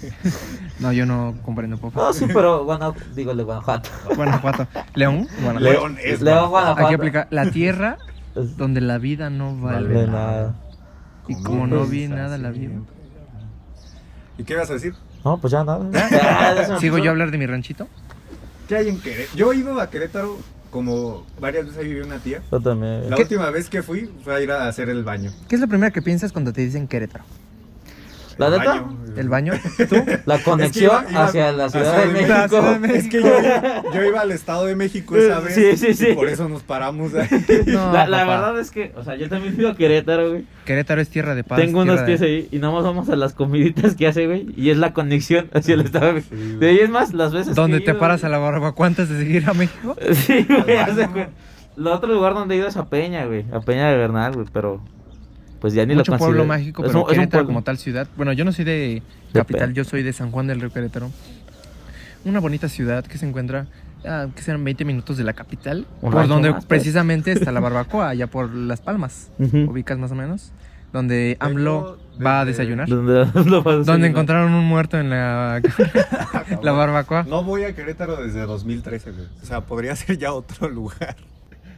Speaker 2: No, yo no comprendo poco.
Speaker 3: No, sí, pero bueno, digo de Guanajuato.
Speaker 2: Guanajuato. León, Guanajuato.
Speaker 1: León es
Speaker 3: León,
Speaker 2: Hay que
Speaker 3: Guanajuato.
Speaker 2: aplicar la tierra
Speaker 3: Es-
Speaker 2: donde la vida no vale.
Speaker 1: Vale.
Speaker 3: De nada.
Speaker 2: Y como no vi nada, la vi.
Speaker 1: ¿Y qué vas a decir?
Speaker 3: No, pues ya nada. Ya, ya se me
Speaker 2: ¿Sigo
Speaker 3: pasó.
Speaker 2: yo a hablar de mi ranchito?
Speaker 1: ¿Qué hay en Querétaro? Yo he ido a Querétaro como varias veces ahí vivió una tía.
Speaker 3: Yo también.
Speaker 1: La
Speaker 2: ¿Qué?
Speaker 1: última vez que fui fue a ir a hacer el baño.
Speaker 2: ¿Qué es lo primero que piensas cuando te dicen Querétaro?
Speaker 3: ¿La
Speaker 1: El
Speaker 3: neta?
Speaker 1: baño.
Speaker 2: ¿El baño? ¿Tú?
Speaker 3: La conexión
Speaker 1: iba- iba-
Speaker 3: hacia la Ciudad
Speaker 1: hacia
Speaker 3: de
Speaker 1: la Ciudad
Speaker 3: México.
Speaker 2: de México.
Speaker 1: Es que yo, yo iba al Estado de México esa vez.
Speaker 3: Sí, sí, sí.
Speaker 1: y por eso nos paramos ahí.
Speaker 2: No,
Speaker 3: la, la
Speaker 2: papá.
Speaker 3: verdad es que, o sea, yo también fui a Querétaro, güey.
Speaker 2: Querétaro es tierra de paz.
Speaker 3: Tengo unos
Speaker 2: tierra de-
Speaker 3: pies ahí y nomás vamos a las comiditas que hace, güey. Y es la conexión hacia el estado de México.
Speaker 1: Sí, güey.
Speaker 3: De ahí es más, las veces.
Speaker 2: Donde
Speaker 3: que he
Speaker 2: te
Speaker 3: ido,
Speaker 2: paras a
Speaker 3: güey.
Speaker 2: la barba, ¿cuántas de seguir a México?
Speaker 3: Sí, güey,
Speaker 1: Al
Speaker 3: haz de
Speaker 1: baño.
Speaker 3: cuenta. El otro lugar donde he ido es a Peña, güey. A Peña de Bernal, güey, pero. Pues ya ni
Speaker 2: Mucho
Speaker 3: lo
Speaker 2: pueblo
Speaker 3: considero.
Speaker 2: mágico,
Speaker 3: Es
Speaker 2: pero
Speaker 3: un- es un
Speaker 2: Querétaro
Speaker 3: pueblo.
Speaker 2: como tal ciudad. Bueno, yo no soy de capital,
Speaker 3: pe-
Speaker 2: yo soy de San Juan del Río Querétaro. Una bonita ciudad que se encuentra, ah, que serán 20 minutos de la capital,
Speaker 3: Un
Speaker 2: por
Speaker 3: rancho
Speaker 2: donde
Speaker 3: más, pues.
Speaker 2: precisamente está la barbacoa, allá por Las Palmas,
Speaker 3: Ujú.
Speaker 2: ubicas más o menos, donde
Speaker 1: Vengo
Speaker 2: AMLO va a
Speaker 1: desde-
Speaker 2: desayunar,
Speaker 3: Donde, lo vas a
Speaker 2: donde
Speaker 3: seguir,
Speaker 2: encontraron un muerto en la, la barbacoa.
Speaker 1: Ah, No voy a Querétaro desde 2013, güey. O sea, podría ser ya otro lugar.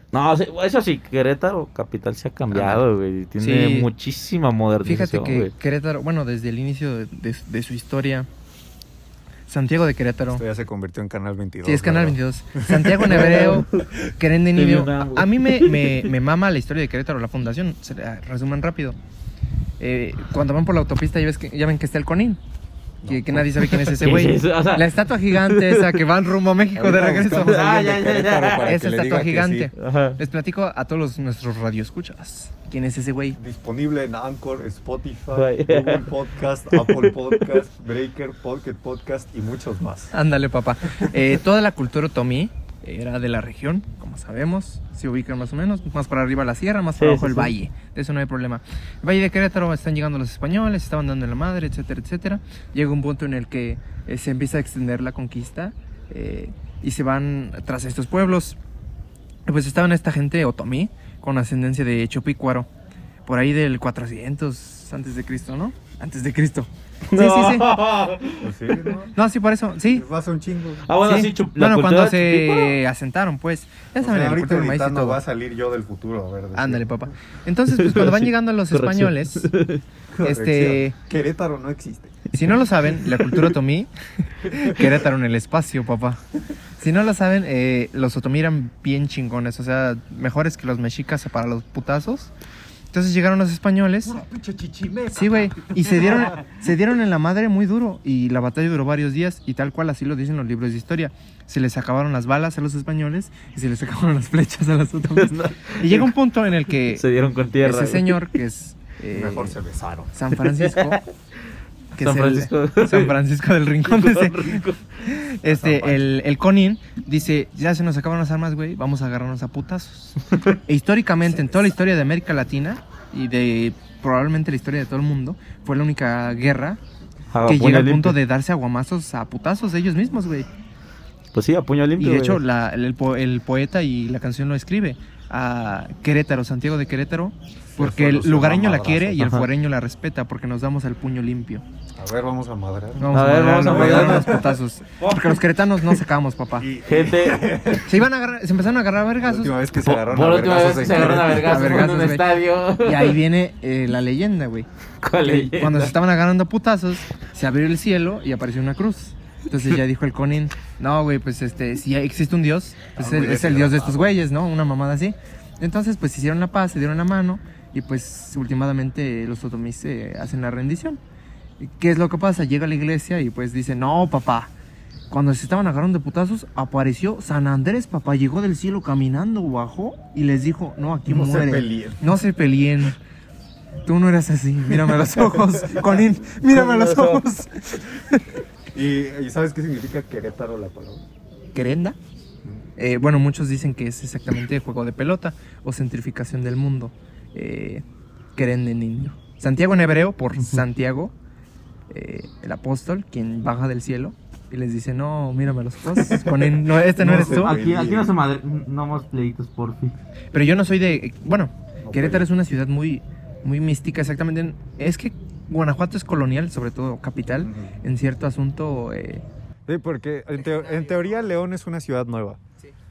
Speaker 3: No, sí, eso sí, Querétaro capital se ha cambiado, güey. Tiene
Speaker 2: Ah, Sí.
Speaker 3: muchísima modernización,
Speaker 2: Fíjate que
Speaker 3: güey.
Speaker 2: Querétaro, bueno, desde el inicio de, de- de su historia, Santiago de Querétaro.
Speaker 1: Esto ya se convirtió en Canal 22.
Speaker 2: Sí, es Canal
Speaker 1: ¿verdad?
Speaker 2: 22. Santiago en hebreo, Querén de
Speaker 3: Te vi
Speaker 2: Niño.
Speaker 3: una, güey.
Speaker 2: A mí me, me- me mama la historia de Querétaro, la fundación. Se la resumen rápido. Eh, cuando van por la autopista, ya, ves que, ya ven que está el Conín. Que, que nadie sabe quién es ese
Speaker 3: ¿Qué
Speaker 2: güey.
Speaker 3: es eso? O sea-
Speaker 2: la estatua gigante esa que van rumbo a México de
Speaker 1: Ahorita
Speaker 2: regreso.
Speaker 1: buscamos a
Speaker 3: Ah,
Speaker 1: alguien de
Speaker 3: ya, ya, ya.
Speaker 1: Querétaro para
Speaker 2: Esa
Speaker 1: que le
Speaker 2: estatua
Speaker 1: diga que
Speaker 2: gigante.
Speaker 3: Ajá.
Speaker 2: Les platico a todos los- nuestros radioescuchas. ¿Quién es ese güey?
Speaker 1: sí. Disponible en Anchor, Spotify,
Speaker 3: Güey.
Speaker 1: Google Podcast, Apple Podcast, Breaker, Pocket Podcast y muchos más.
Speaker 2: Ándale, papá. Eh, toda la cultura otomí era de la región, como sabemos. Se ubican más o menos. Más para arriba la sierra, más para
Speaker 3: Sí,
Speaker 2: abajo
Speaker 3: sí,
Speaker 2: el
Speaker 3: sí.
Speaker 2: valle. De eso no hay problema. El valle de Querétaro están llegando los españoles, estaban dando la madre, etcétera, etcétera. Llega un punto en el que eh, se empieza a extender la conquista eh, y se van tras estos pueblos. Y Pues estaban esta gente otomí con ascendencia de Chopicuaro. Por ahí del 400 antes de Cristo, ¿no? Antes de Cristo. Sí, sí, sí.
Speaker 1: Pues sí, ¿no?
Speaker 2: No, sí, por eso. Sí,
Speaker 1: Vas a un chingo.
Speaker 3: Ah, bueno, sí, chup- la
Speaker 2: Bueno,
Speaker 3: cultura
Speaker 2: cuando
Speaker 3: chupícuaro.
Speaker 2: se asentaron, pues. Ya
Speaker 1: O
Speaker 2: saben,
Speaker 1: sea,
Speaker 2: el
Speaker 1: ahorita
Speaker 2: cultivo del maíz y
Speaker 1: editando
Speaker 2: todo.
Speaker 1: va a salir yo del futuro, a ver. decir.
Speaker 2: Ándale, papá. Entonces, pues cuando van
Speaker 3: Sí,
Speaker 2: llegando los
Speaker 3: corrección.
Speaker 2: españoles,
Speaker 1: Corrección.
Speaker 2: este,
Speaker 1: Querétaro no existe.
Speaker 2: si no lo saben, la cultura otomí, Querétaro en el espacio, papá. Si no lo saben, eh, los otomí eran bien chingones, o sea, mejores que los mexicas para los putazos. Entonces llegaron los españoles.
Speaker 1: pinche chichime.
Speaker 2: Sí, güey. Y se dieron, se dieron en la madre muy duro. Y la batalla duró varios días. Y tal cual así lo dicen los libros de historia. Se les acabaron las balas a los españoles. Y se les acabaron las flechas a las otras. Y llega un punto en el que
Speaker 3: Se dieron con tierra.
Speaker 2: ese
Speaker 3: güey.
Speaker 2: señor, que es eh,
Speaker 1: Mejor se besaron.
Speaker 2: San Francisco. Que es
Speaker 3: San
Speaker 2: el-
Speaker 3: Francisco.
Speaker 2: San Francisco del Rincón. de ese-
Speaker 3: Rico.
Speaker 1: San Pancho.
Speaker 2: este, el, el Conin dice, ya se nos acabaron las armas, güey, vamos a agarrarnos a putazos. e históricamente, en toda la historia de América Latina y de probablemente la historia de todo el mundo, fue la única guerra
Speaker 3: Ah,
Speaker 2: que
Speaker 3: puño
Speaker 2: llega al
Speaker 3: limpio.
Speaker 2: punto de darse a guamazos a putazos ellos mismos, güey.
Speaker 3: Pues sí, a puño
Speaker 2: Y
Speaker 3: limpio.
Speaker 2: de hecho,
Speaker 3: güey.
Speaker 2: la- el, po- el poeta y la canción lo escribe a Querétaro, Santiago de Querétaro, porque el
Speaker 1: soluciona
Speaker 2: lugareño la
Speaker 1: madrazos.
Speaker 2: quiere y el
Speaker 3: Ajá.
Speaker 2: fuereño la respeta, porque nos damos al puño limpio.
Speaker 1: A ver, vamos a madrar.
Speaker 2: Vamos
Speaker 3: A
Speaker 2: a,
Speaker 3: ver,
Speaker 2: madrearnos,
Speaker 3: vamos a
Speaker 2: vamos a
Speaker 1: madrearnos.
Speaker 2: darnos putazos. Porque los queretanos no sacamos, papá.
Speaker 1: Y
Speaker 3: Gente,
Speaker 2: Se iban a agarrar, se empezaron a agarrar a
Speaker 1: la
Speaker 2: vergazos.
Speaker 1: última vez que se
Speaker 3: por,
Speaker 1: agarraron
Speaker 3: por
Speaker 1: a
Speaker 3: última
Speaker 1: vergazos
Speaker 3: vez que
Speaker 1: en
Speaker 3: se agarraron a
Speaker 1: Querétaro.
Speaker 3: vergas
Speaker 2: vergazos,
Speaker 3: en un
Speaker 2: güey.
Speaker 3: estadio.
Speaker 2: Y ahí viene eh, la leyenda, güey.
Speaker 3: ¿Cuál
Speaker 2: Que
Speaker 3: leyenda?
Speaker 2: Cuando se estaban agarrando a putazos, se abrió el cielo y apareció una cruz. Entonces ya dijo el Conin, no, güey, pues este, si existe un dios, pues
Speaker 1: Ah,
Speaker 2: es,
Speaker 1: güey,
Speaker 2: es el
Speaker 1: sí,
Speaker 2: dios de
Speaker 1: ah,
Speaker 2: estos
Speaker 1: güey.
Speaker 2: güeyes, ¿no? Una mamada así. Entonces, pues hicieron la paz, se dieron la mano y pues últimamente los otomíes eh, hacen la rendición. ¿Qué es lo que pasa? Llega a la iglesia y pues dice, no, papá, Cuando se estaban agarrando de putazos, apareció San Andrés, papá. Llegó del cielo caminando, bajó y les dijo: No, aquí
Speaker 1: No se
Speaker 2: muere.
Speaker 1: peleen.
Speaker 2: No se peleen. Tú no eras así. Mírame a los ojos, Conin. Mírame a los
Speaker 3: Con los
Speaker 2: ojos.
Speaker 1: ¿Y, y sabes qué significa Querétaro la palabra?
Speaker 2: Querenda. Eh, bueno, muchos dicen que es exactamente juego de pelota o centrificación del mundo. Eh, Querende niño. Santiago en hebreo por Santiago, eh, el apóstol, quien baja del cielo y les dice, no, mírame a los ojos. Con él, no, este no,
Speaker 1: No
Speaker 2: eres
Speaker 1: sé,
Speaker 2: tú.
Speaker 1: güey.
Speaker 3: Aquí, aquí no Ah. se madre. No más pleitos, por fin.
Speaker 2: Pero yo no soy de... Bueno,
Speaker 1: No,
Speaker 2: Querétaro
Speaker 1: pues,
Speaker 2: es una ciudad muy, muy mística, exactamente. Es que Guanajuato es colonial, sobre todo capital,
Speaker 1: Ujú.
Speaker 2: en cierto asunto... eh,
Speaker 1: Sí, porque en, teo- en teoría León es una ciudad nueva.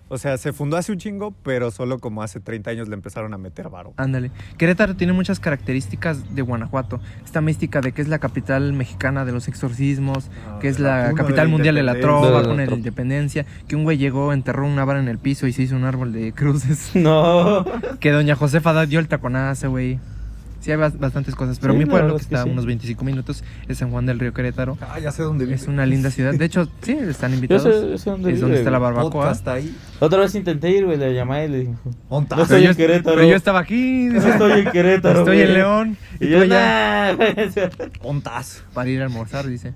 Speaker 1: O sea, se fundó hace un chingo, pero solo como hace 30 años le empezaron a meter varo.
Speaker 2: Ándale. Querétaro tiene muchas características de Guanajuato. Esta mística de que es la capital mexicana de los exorcismos, que es la
Speaker 1: Uno
Speaker 2: capital
Speaker 1: Ah, de
Speaker 2: mundial de la
Speaker 1: independencia.
Speaker 2: trova,
Speaker 3: De la
Speaker 2: con la
Speaker 3: trova.
Speaker 2: independencia, que un güey llegó, enterró una vara en el piso y se hizo un árbol de cruces.
Speaker 3: No.
Speaker 2: que doña Josefa da- dio el taconazo, güey. Sí, hay bas- bastantes cosas. Pero
Speaker 3: Sí,
Speaker 2: mi
Speaker 3: la
Speaker 2: pueblo,
Speaker 3: verdad
Speaker 2: que
Speaker 3: es que
Speaker 2: está a
Speaker 3: sí.
Speaker 2: unos 25 minutos, es San Juan del Río Querétaro.
Speaker 1: Ah, ya sé dónde vive.
Speaker 2: Es una linda ciudad. De hecho, sí, están
Speaker 3: Yo
Speaker 2: invitados.
Speaker 3: sé, yo sé dónde
Speaker 2: es donde
Speaker 3: vive,
Speaker 2: está la
Speaker 3: güey.
Speaker 2: barbacoa.
Speaker 1: Podcast ahí.
Speaker 3: Otra vez intenté ir, güey. Le llamé y le dije:
Speaker 1: Onta.
Speaker 3: No
Speaker 2: Pero
Speaker 3: estoy
Speaker 2: yo-
Speaker 3: en Querétaro.
Speaker 2: Pero yo estaba aquí,
Speaker 3: No
Speaker 2: dice,
Speaker 3: estoy en Querétaro.
Speaker 2: estoy en
Speaker 3: güey".
Speaker 2: León.
Speaker 3: Y
Speaker 2: Y
Speaker 3: yo,
Speaker 2: tú allá
Speaker 3: "Nah", güey.
Speaker 1: Ontas.
Speaker 2: para ir a almorzar, dice.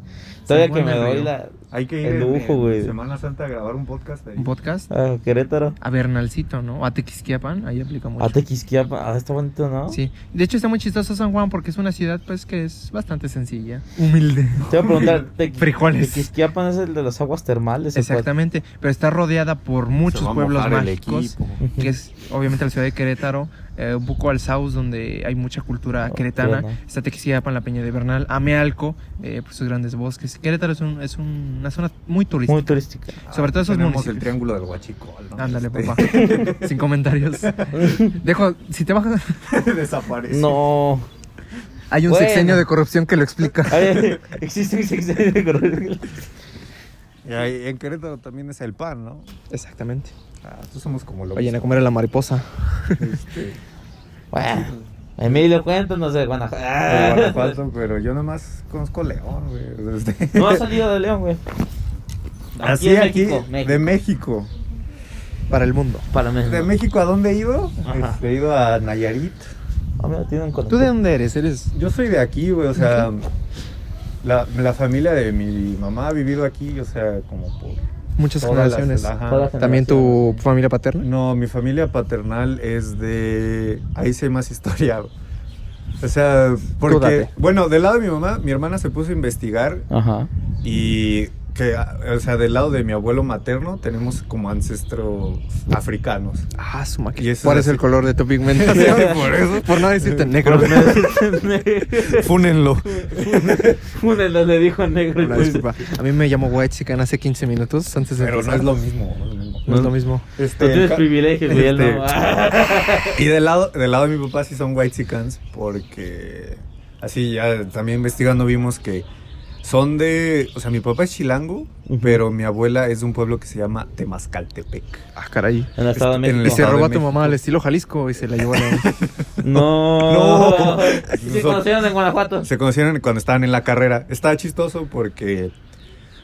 Speaker 3: Todavía
Speaker 2: San
Speaker 3: que
Speaker 2: Juan
Speaker 3: me
Speaker 2: del
Speaker 3: doy
Speaker 2: Río.
Speaker 3: la.
Speaker 1: Hay que ir
Speaker 3: El
Speaker 1: en-
Speaker 3: lujo,
Speaker 1: en
Speaker 3: güey.
Speaker 1: Semana Santa a grabar un podcast ahí.
Speaker 2: un podcast
Speaker 3: a Querétaro.
Speaker 2: a Bernalcito, ¿no? A Tequisquiapan, ahí aplica mucho.
Speaker 3: A Tequisquiapa. Ah, está bonito, ¿no?
Speaker 2: Sí. De hecho está muy chistoso San Juan porque es una ciudad pues que es bastante sencilla, humilde.
Speaker 3: Te voy a preguntar: Tequi-
Speaker 2: Frijoles.
Speaker 3: Tequisquiapan es el de las aguas termales. ¿o cuál?
Speaker 2: Exactamente, pero está rodeada por muchos pueblos mágicos, que es obviamente la ciudad de Querétaro, eh, un poco al Saus donde hay mucha cultura
Speaker 3: Oh,
Speaker 2: queretana,
Speaker 3: bueno.
Speaker 2: está Tequisquiapan, la Peña de Bernal, Amealco, eh, por sus grandes bosques. Querétaro es, un- es un- una zona muy turística.
Speaker 3: Muy turística.
Speaker 2: Sobre todo esos
Speaker 1: tenemos
Speaker 2: municipios.
Speaker 1: el triángulo del Huachicol. ¿no?
Speaker 2: Ándale,
Speaker 1: Este,
Speaker 2: papá. Sin comentarios. Dejo, si te bajas
Speaker 1: Desaparece.
Speaker 3: No.
Speaker 2: Hay un
Speaker 3: Bueno.
Speaker 2: sexenio de corrupción que lo explica.
Speaker 3: Ay, existe un sexenio de correo.
Speaker 1: Y ahí en Querétaro también es el pan, ¿no?
Speaker 4: Exactamente.
Speaker 1: Ah, nosotros somos como lo
Speaker 4: Vayan a comer a la mariposa.
Speaker 1: mismo, este,
Speaker 3: Bueno, Emilio, cuéntanos de
Speaker 1: de
Speaker 3: Guanajuato.
Speaker 1: Guanajuato, pero yo nomás conozco León, güey. o sea, este-
Speaker 3: No ha salido de León, güey.
Speaker 1: Así
Speaker 3: en
Speaker 1: aquí,
Speaker 3: México, México.
Speaker 1: de México.
Speaker 4: Para el mundo.
Speaker 3: Para México.
Speaker 1: ¿De México a dónde he ido?
Speaker 3: Ajá.
Speaker 1: Este, he ido a Nayarit.
Speaker 3: Ah, mira, tiene un
Speaker 4: ¿Tú de dónde eres? ¿Eres
Speaker 1: Yo soy de aquí, güey, o sea, la, la familia de mi mamá ha vivido aquí, o sea, como por
Speaker 4: muchas
Speaker 1: todas las-
Speaker 4: generaciones?
Speaker 1: ajá.
Speaker 3: Todas las
Speaker 4: ¿También tu familia paterna?
Speaker 1: No, mi familia paternal es de. Ahí sí hay más historia. güey. O sea,
Speaker 4: Tú
Speaker 1: porque.
Speaker 4: date.
Speaker 1: Bueno, del lado de mi mamá, mi hermana se puso a investigar
Speaker 3: Ajá.
Speaker 1: y que, ah, o sea, del lado de mi abuelo materno tenemos como ancestros africanos.
Speaker 4: Ah, su máquina.
Speaker 1: Y eso
Speaker 4: ¿Cuál
Speaker 1: es
Speaker 4: es el
Speaker 1: así.
Speaker 4: color de tu pigmentación?
Speaker 1: Por eso.
Speaker 4: Por no decirte negro.
Speaker 1: Fúnenlo.
Speaker 3: Uno no le dijo negro.
Speaker 4: Una disculpa. A mí me llamó White Chican hace 15 minutos antes de
Speaker 1: Pero no
Speaker 4: empezar.
Speaker 1: es lo mismo. no es lo mismo.
Speaker 4: No es lo mismo.
Speaker 1: Este,
Speaker 3: Tú tienes
Speaker 1: ca-
Speaker 3: privilegios, güey. él no.
Speaker 1: Y del lado, del lado de mi papá sí son white porque así ya también investigando vimos que son de, o sea, mi papá es chilango,
Speaker 3: Ujú.
Speaker 1: pero mi abuela es de un pueblo que se llama Temascaltepec.
Speaker 4: Ah, caray.
Speaker 3: En el Estado de
Speaker 1: Este, en el
Speaker 3: México.
Speaker 4: Y se
Speaker 1: Estado de
Speaker 4: robó a tu
Speaker 1: México.
Speaker 4: mamá al estilo Jalisco y se la llevó a la...
Speaker 3: No.
Speaker 1: No.
Speaker 3: ¿Y se conocieron en Guanajuato?
Speaker 1: Se conocieron cuando estaban en la carrera. Estaba chistoso porque,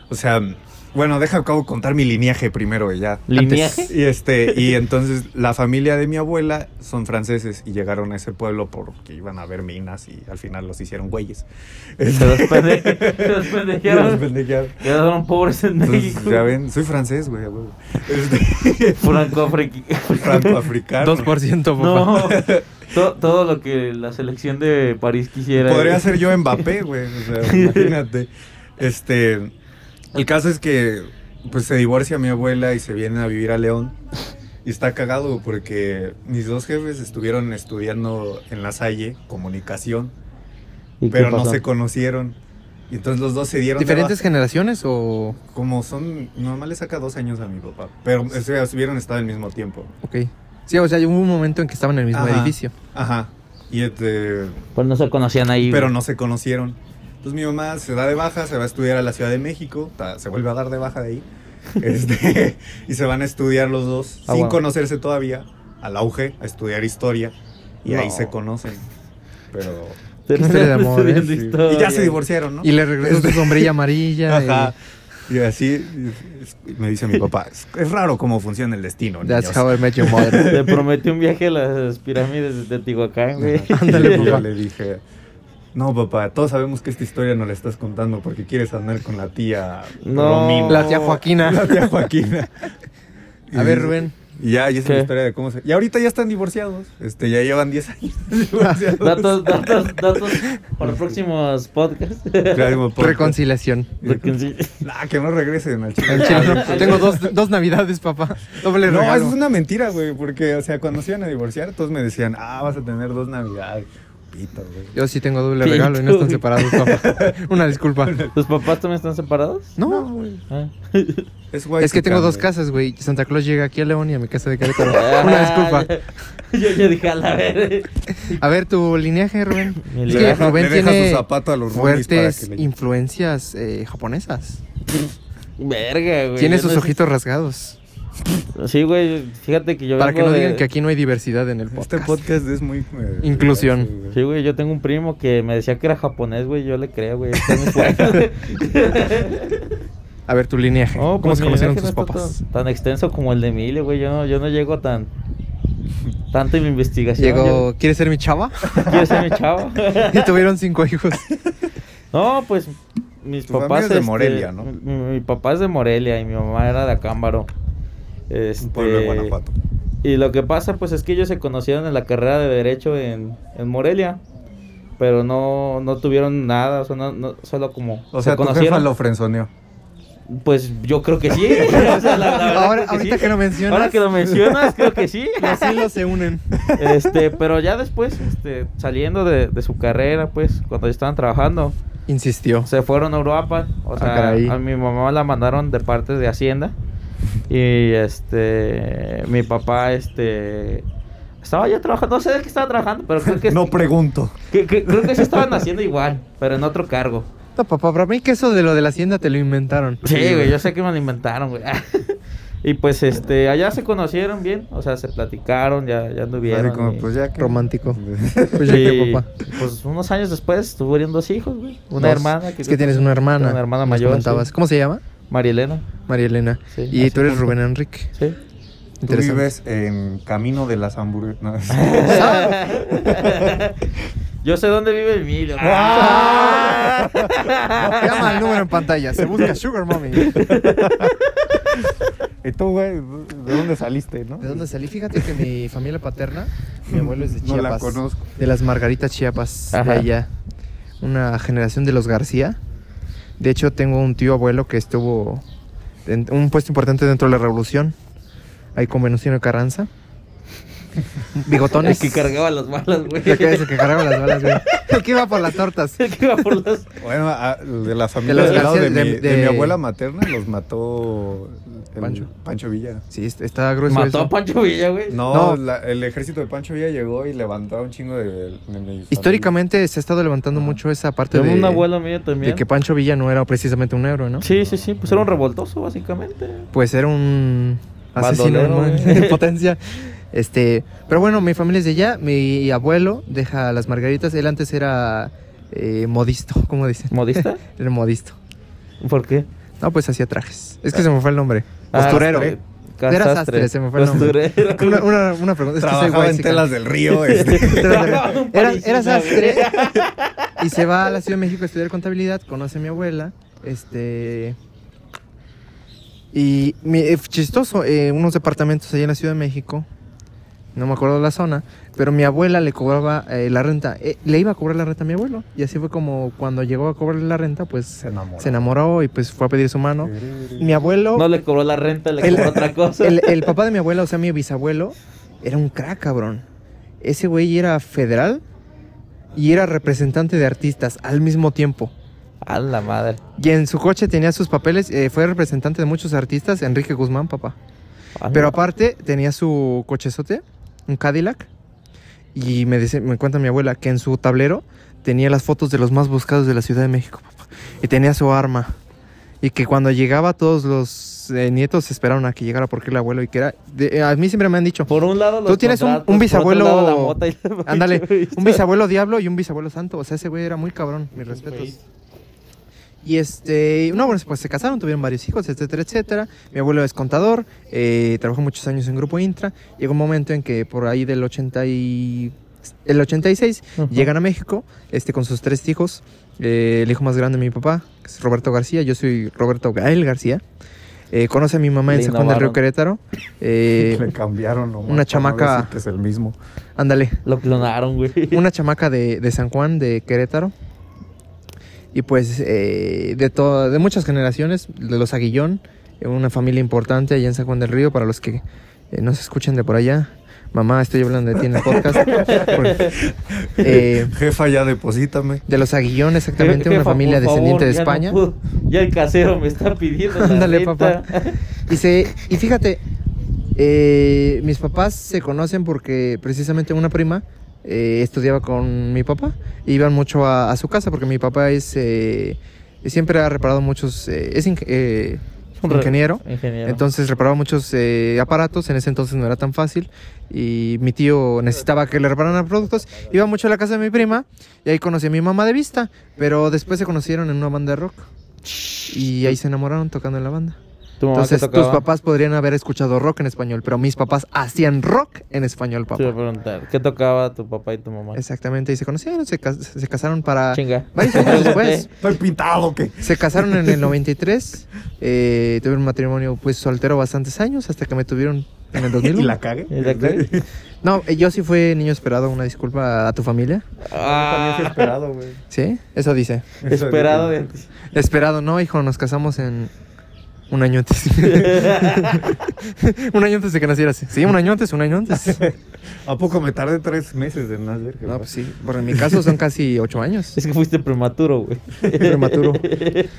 Speaker 1: o sea, bueno, deja acabo de contar mi linaje primero y ya.
Speaker 3: ¿Linaje?
Speaker 1: Y este, y entonces la familia de mi abuela son franceses y llegaron a ese pueblo porque iban a ver minas y al final los hicieron güeyes.
Speaker 3: Se los pende-
Speaker 1: Y
Speaker 3: se los
Speaker 1: los
Speaker 3: pendejearon.
Speaker 1: pendejearon.
Speaker 3: Quedaron pobres en
Speaker 1: Entonces,
Speaker 3: México.
Speaker 1: ya ven, soy francés, güey, a huevo. Este,
Speaker 3: Franco Friki.
Speaker 1: franco-africano.
Speaker 4: 2%, papá.
Speaker 3: No. To- todo lo que la selección de París quisiera.
Speaker 1: Podría
Speaker 3: güey.
Speaker 1: ser yo Mbappé, güey, o sea, imagínate. Este, el caso es que, pues, se divorcia mi abuela y se viene a vivir a León. Y está cagado porque mis dos jefes estuvieron estudiando en la Salle comunicación,
Speaker 3: ¿Y qué
Speaker 1: pero no
Speaker 3: pasó?
Speaker 1: se conocieron. Y entonces los dos se dieron de
Speaker 4: ¿Diferentes
Speaker 1: baja.
Speaker 4: generaciones o...?
Speaker 1: Como son, mi mamá le saca dos años a mi papá, pero o sea, hubieron estado al mismo tiempo.
Speaker 4: Ok. Sí, o sea, hubo un momento en que estaban en el mismo
Speaker 1: Ajá.
Speaker 4: edificio.
Speaker 1: Ajá. Y este,
Speaker 3: Pues no se conocían ahí.
Speaker 1: pero
Speaker 3: güey.
Speaker 1: no se conocieron. Entonces mi mamá se da de baja, se va a estudiar a la Ciudad de México, ta- se vuelve a dar de baja de ahí. Este, y se van a estudiar los dos,
Speaker 4: Ah,
Speaker 1: sin
Speaker 4: wow.
Speaker 1: conocerse todavía, al auge, a estudiar historia. Y ahí
Speaker 3: No.
Speaker 1: se conocen. Pero...
Speaker 4: Qué historia de amor,
Speaker 2: ¿eh?
Speaker 3: Estudiando
Speaker 1: sí.
Speaker 3: historia.
Speaker 1: Y ya se divorciaron, ¿no?
Speaker 4: Y le regresó su sombrilla amarilla. y-
Speaker 1: Ajá. Y así es- es- me dice mi papá, es, es raro cómo funciona el destino.
Speaker 2: That's
Speaker 1: niños".
Speaker 2: how I met your mother.
Speaker 3: Te prometí un viaje a las pirámides de Teotihuacán, güey.
Speaker 1: Ándale, papá. Le dije, no, papá, todos sabemos que esta historia no la estás contando porque quieres andar con la tía
Speaker 3: No.
Speaker 1: Romina".
Speaker 2: La tía Joaquina.
Speaker 1: La tía Joaquina.
Speaker 2: A ver, Rubén.
Speaker 1: Y ya, y esa es
Speaker 3: ¿Qué?
Speaker 1: la historia de cómo se... Y ahorita ya están divorciados. Este, ya llevan 10 años divorciados.
Speaker 3: Datos, datos, datos para próximos podcasts.
Speaker 1: Claro, por-
Speaker 2: Reconciliación.
Speaker 3: Porque sí.
Speaker 1: Nah, que no regresen al chico.
Speaker 2: Al chile, no. Tengo dos, dos navidades, papá. Doble
Speaker 1: Ah, No,
Speaker 2: regalo.
Speaker 1: eso es una mentira, güey, porque, o sea, cuando se iban a divorciar, todos me decían, ah, vas a tener dos navidades. Pito, güey.
Speaker 2: Yo sí tengo doble
Speaker 3: Pito,
Speaker 2: regalo y no están
Speaker 3: güey.
Speaker 2: separados, papá. Una disculpa.
Speaker 3: ¿Tus papás también están separados?
Speaker 2: No,
Speaker 1: güey.
Speaker 3: Ah.
Speaker 1: Es,
Speaker 2: es que tengo dos
Speaker 1: casas
Speaker 2: casas, güey. Santa Claus llega aquí a León y a mi casa de Querétaro.
Speaker 1: Ah,
Speaker 2: Una disculpa.
Speaker 3: Yo ya dije a la ver.
Speaker 2: A ver, tu lineaje, Rubén.
Speaker 1: Le
Speaker 2: Es
Speaker 3: Mi
Speaker 2: que
Speaker 3: lineaje.
Speaker 1: deja,
Speaker 2: Rubén
Speaker 1: le deja
Speaker 2: tiene
Speaker 1: su zapato a los roomies para
Speaker 2: fuertes
Speaker 1: que le...
Speaker 2: influencias eh, japonesas.
Speaker 3: Verga, güey.
Speaker 2: Tiene
Speaker 3: yo
Speaker 2: sus
Speaker 3: no-
Speaker 2: ojitos rasgados.
Speaker 3: Sí, güey. Fíjate que yo
Speaker 2: Para que
Speaker 3: vengo
Speaker 2: no
Speaker 3: de-
Speaker 2: digan que aquí no hay diversidad en el podcast.
Speaker 1: Este podcast es muy... eh,
Speaker 2: Inclusión.
Speaker 1: sí, güey.
Speaker 3: Sí, güey, yo tengo un primo que me decía que era japonés, güey, yo le creía, güey. está muy fuerte.
Speaker 2: A ver, tu lineaje.
Speaker 3: No,
Speaker 2: ¿Cómo
Speaker 3: pues
Speaker 2: se
Speaker 3: mi
Speaker 2: conocieron tus
Speaker 3: viaje no está
Speaker 2: papás?
Speaker 3: Tan, tan extenso como el de Emilio, güey. Yo no, yo no llego tan. Tanto en mi investigación.
Speaker 2: Llegó, ¿quieres ser mi chava?
Speaker 3: yo- Quiero ser mi chavo.
Speaker 2: y tuvieron cinco hijos.
Speaker 3: no, pues. Mis
Speaker 1: Tu familia
Speaker 3: papás.
Speaker 1: es de
Speaker 3: este,
Speaker 1: Morelia, ¿no?
Speaker 3: Mi, mi papá es de Morelia y mi mamá era de Acámbaro. Este,
Speaker 1: Un pueblo de Guanajuato.
Speaker 3: Y lo que pasa, pues, es que ellos se conocieron en la carrera de Derecho en, en Morelia. Pero no, no tuvieron nada, o sea, no- no- solo como.
Speaker 1: O
Speaker 3: se
Speaker 1: sea, tu jefa
Speaker 3: conocieron.
Speaker 1: lo frenzoneó.
Speaker 3: Pues yo creo que sí. o sea, la- la verdad
Speaker 2: Ahora,
Speaker 3: creo
Speaker 2: ahorita
Speaker 3: sí.
Speaker 2: que lo mencionas.
Speaker 3: Ahora que lo mencionas, creo que sí.
Speaker 2: Los hilos se unen.
Speaker 3: Este, pero ya después, este, saliendo de, de su carrera, pues, cuando ya estaban trabajando,
Speaker 2: Insistió.
Speaker 3: se fueron a Europa. O
Speaker 2: Ah,
Speaker 3: sea,
Speaker 2: caray.
Speaker 3: a mi mamá la mandaron de parte de Hacienda. Y este, mi papá, este, estaba ya trabajando, no sé de qué estaba trabajando, pero creo que,
Speaker 1: No pregunto.
Speaker 3: que- que- creo que sí estaban haciendo igual, pero en otro cargo.
Speaker 2: No, papá, para mí que eso de lo de la hacienda te lo inventaron.
Speaker 3: Sí, güey, yo sé que me lo inventaron, güey. y pues, este, allá se conocieron bien, o sea, se platicaron, ya, ya anduvieron.
Speaker 1: Así como,
Speaker 3: y-
Speaker 1: pues ya que...
Speaker 2: Romántico. Pues
Speaker 3: Pues,
Speaker 2: ya que, papá.
Speaker 3: pues unos años después tuvieron dos hijos, güey. Una
Speaker 2: Dos.
Speaker 3: hermana.
Speaker 2: Es que tienes una hermana.
Speaker 3: Una hermana
Speaker 2: nos
Speaker 3: mayor,
Speaker 2: comentabas.
Speaker 3: sí.
Speaker 2: ¿Cómo se llama?
Speaker 3: María Elena.
Speaker 2: María Elena.
Speaker 3: Sí,
Speaker 2: y
Speaker 3: así
Speaker 2: tú eres
Speaker 3: junto.
Speaker 2: Rubén Enrique.
Speaker 3: Sí.
Speaker 1: Tú
Speaker 2: Interesante.
Speaker 1: vives en Camino de las Hamburguesas. No, es-
Speaker 3: Yo sé dónde vive Emilio.
Speaker 1: ¡Ah!
Speaker 2: Llama al número en pantalla. Se busca Sugar Mommy. ¿De
Speaker 1: ¿Y tú, güey? ¿De dónde saliste, no?
Speaker 2: dónde salí? Fíjate que mi familia paterna, mi abuelo es de
Speaker 1: No
Speaker 2: Chiapas.
Speaker 1: la conozco.
Speaker 2: De las Margaritas Chiapas.
Speaker 3: Ajá.
Speaker 2: De allá. Una generación de los García. De hecho, tengo un tío abuelo que estuvo en un puesto importante dentro de la revolución. Ahí con Venustiano Carranza.
Speaker 3: El
Speaker 2: Bigotones.
Speaker 3: que cargaba las balas, güey.
Speaker 2: La que, que cargaba las balas, güey. El que iba por las tortas.
Speaker 3: El que iba por las.
Speaker 1: Bueno, a- de la familia
Speaker 2: los
Speaker 1: del lado de,
Speaker 2: García,
Speaker 1: mi,
Speaker 2: de-
Speaker 1: de mi
Speaker 2: de-
Speaker 1: abuela materna los mató el-
Speaker 2: Pancho.
Speaker 1: Pancho Villa.
Speaker 2: Pues Sí, est- está grueso.
Speaker 3: Mató
Speaker 2: eso.
Speaker 3: a Pancho Villa, güey.
Speaker 1: No,
Speaker 2: No.
Speaker 1: la- el ejército de Pancho Villa llegó y levantó a un chingo de... de mi familia.
Speaker 2: Históricamente se ha estado levantando mucho esa parte
Speaker 3: Tengo
Speaker 2: de,
Speaker 3: un abuelo mío
Speaker 2: de
Speaker 3: también.
Speaker 2: que Pancho Villa no era precisamente un héroe, ¿no?
Speaker 3: Sí, sí, sí. Pues era un revoltoso, básicamente.
Speaker 2: Pues era un asesino
Speaker 3: Bandolero,
Speaker 2: ¿no?
Speaker 3: güey.
Speaker 2: en potencia. Este, pero bueno, mi familia es de allá. Mi abuelo deja las margaritas. Él antes era eh, modisto, ¿cómo dicen?
Speaker 3: ¿Modista?
Speaker 2: Era modisto.
Speaker 3: ¿Por qué?
Speaker 2: No, pues hacía trajes. Es que se me fue el nombre.
Speaker 3: Ah,
Speaker 2: Costurero.
Speaker 3: sastre.
Speaker 2: Era sastre, se me fue el nombre.
Speaker 3: Costurero.
Speaker 2: Una, una, una pregunta. Es que soy
Speaker 1: Trabajaba en
Speaker 2: guaysican.
Speaker 1: telas del río, este...
Speaker 2: Era, era sastre y se va a la Ciudad de México a estudiar contabilidad, conoce a mi abuela, este... Y mi- eh, chistoso, eh, unos departamentos allá en la Ciudad de México, no me acuerdo la zona, pero mi abuela le cobraba eh, la renta, eh, le iba a cobrar la renta a mi abuelo, y así fue como cuando llegó a cobrarle la renta, pues se
Speaker 1: enamoró.
Speaker 2: enamoró, y pues fue a pedir su mano. Mi abuelo...
Speaker 3: No le cobró la renta, le
Speaker 2: El-
Speaker 3: cobró otra cosa.
Speaker 2: El, el papá de mi abuela, o sea, mi bisabuelo, era un crack, cabrón. Ese güey era federal y era representante de artistas al mismo tiempo.
Speaker 3: A la madre.
Speaker 2: Y en su coche tenía sus papeles, eh, fue representante de muchos artistas, Enrique Guzmán, papá.
Speaker 3: A
Speaker 2: Pero
Speaker 3: la-
Speaker 2: aparte tenía su cochezote, un Cadillac. Y me, dice, me cuenta mi abuela que en su tablero tenía las fotos de los más buscados de la Ciudad de México, papá. Y tenía su arma. Y que cuando llegaba todos los eh, nietos esperaron a que llegara porque el abuelo y que era... de- a mí siempre me han dicho,
Speaker 3: Por un lado, los
Speaker 2: Tú tienes un-
Speaker 3: contratos,
Speaker 2: un
Speaker 3: por otro
Speaker 2: bisabuelo-
Speaker 3: lado, la mota y la-
Speaker 2: ándale, un bisabuelo diablo y un bisabuelo santo. O sea, ese güey era muy cabrón, mis respetos. Y este, no, bueno, pues se casaron, tuvieron varios hijos, etcétera, etcétera. Mi abuelo es contador, eh, trabajó muchos años en Grupo Intra. Llegó un momento en que por ahí del 80 y- el 86
Speaker 3: Ujú.
Speaker 2: llegan a México este, con sus tres hijos. Eh, el hijo más grande de mi papá, que es Roberto García, yo soy Roberto Gael García. Eh, conoce a mi mamá en
Speaker 3: Le
Speaker 2: San Juan del Río
Speaker 3: innovaron.
Speaker 2: Querétaro.
Speaker 1: Le
Speaker 2: Eh,
Speaker 1: cambiaron nomás. para
Speaker 2: una
Speaker 1: no
Speaker 2: chamaca-
Speaker 1: decir que es el mismo.
Speaker 2: ándale,
Speaker 3: Lo clonaron, güey.
Speaker 2: una chamaca de, de San Juan, de Querétaro. Y pues eh, de, to- de muchas generaciones, de los Aguillón, eh, una familia importante allá en San Juan del Río, para los que eh, nos escuchen de por allá. Mamá, estoy hablando de ti en el podcast. Porque- eh,
Speaker 1: Jefa, ya deposítame.
Speaker 2: de los Aguillón, exactamente,
Speaker 3: Jefa,
Speaker 2: una familia
Speaker 3: por favor,
Speaker 2: descendiente de
Speaker 3: ya no
Speaker 2: España.
Speaker 3: puedo. ya el casero me está pidiendo. la
Speaker 2: Ándale,
Speaker 3: renta.
Speaker 2: papá. Y, se, y fíjate, eh, mis papás se conocen porque precisamente una prima eh, estudiaba con mi papá. e Iban mucho a, a su casa porque mi papá es eh, siempre ha reparado muchos... eh, es ing- eh, ingeniero.
Speaker 3: Ingeniero.
Speaker 2: Entonces reparaba muchos eh, aparatos, en ese entonces no era tan fácil y mi tío necesitaba que le repararan productos. Iba mucho a la casa de mi prima y ahí conocí a mi mamá de vista, pero después se conocieron en una banda de rock y ahí se enamoraron tocando en la banda.
Speaker 3: Tu mamá
Speaker 2: Entonces,
Speaker 3: te
Speaker 2: tus
Speaker 3: tocaba.
Speaker 2: papás podrían haber escuchado rock en español, pero mis papás hacían rock en español,
Speaker 3: Te iba a
Speaker 2: papá.
Speaker 3: preguntar, ¿qué tocaba tu papá y tu mamá?
Speaker 2: Exactamente, y se conocieron, se, cas- se casaron para...
Speaker 3: Chinga.
Speaker 2: Varios años después,
Speaker 1: Estoy pintado, que
Speaker 2: se casaron en el 93, eh, tuvieron un matrimonio pues soltero bastantes años, hasta que me tuvieron en el
Speaker 1: Y
Speaker 2: 2001.
Speaker 1: la cagué.
Speaker 3: ¿Y la cagué?
Speaker 2: No, eh, yo sí fui niño esperado, una disculpa a tu familia,
Speaker 1: También fue
Speaker 3: Ah,
Speaker 1: esperado, güey.
Speaker 2: ¿sí? Eso dice.
Speaker 1: Eso
Speaker 3: esperado de
Speaker 2: eh.
Speaker 1: dije.
Speaker 3: antes.
Speaker 2: Esperado, no, hijo, nos casamos en un año antes. un año antes de que nacieras. Sí, un año antes, un año antes.
Speaker 1: ¿A poco me tardé tres meses en nacer?
Speaker 2: No, pues sí, porque en mi caso son casi ocho años.
Speaker 3: Es que fuiste prematuro, güey.
Speaker 2: Prematuro.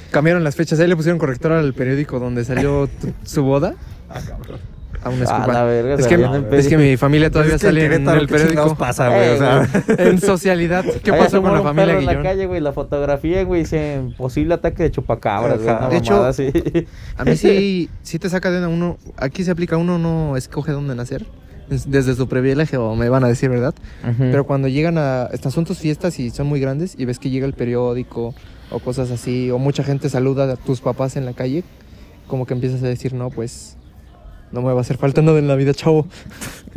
Speaker 2: Cambiaron las fechas, ahí le pusieron corrector al periódico donde salió tu- su boda.
Speaker 1: Ah, cabrón.
Speaker 2: A una
Speaker 3: Ah,
Speaker 2: disculpa.
Speaker 3: la verga,
Speaker 2: es,
Speaker 3: se
Speaker 2: que,
Speaker 3: habían empezado.
Speaker 2: es que mi familia todavía
Speaker 1: Pues Es que
Speaker 2: sale en
Speaker 1: Querétaro,
Speaker 2: el
Speaker 1: ¿qué chingados
Speaker 2: periódico. Eh,
Speaker 1: pasa, güey? O sea,
Speaker 2: En socialidad. ¿Qué
Speaker 3: Allá
Speaker 2: pasó
Speaker 3: se
Speaker 2: con
Speaker 3: muere
Speaker 2: la
Speaker 3: un
Speaker 2: familia
Speaker 3: perro en la
Speaker 2: Guillón?
Speaker 3: calle, güey, la fotografía, güey, dice posible ataque de chupacabras, güey.
Speaker 1: Ajá.
Speaker 3: una
Speaker 2: De hecho-
Speaker 3: mamada así.
Speaker 2: A mí sí, sí te saca de onda uno. Aquí se aplica uno, no escoge dónde nacer. es- Desde su privilegio, me van a decir, ¿verdad? Pero cuando llegan a. Estas son tus fiestas y son muy grandes y ves que llega el periódico o cosas así, o mucha gente saluda a tus papás en la calle, como que empiezas a decir, no, pues. No me va a hacer falta nada en la vida, chavo.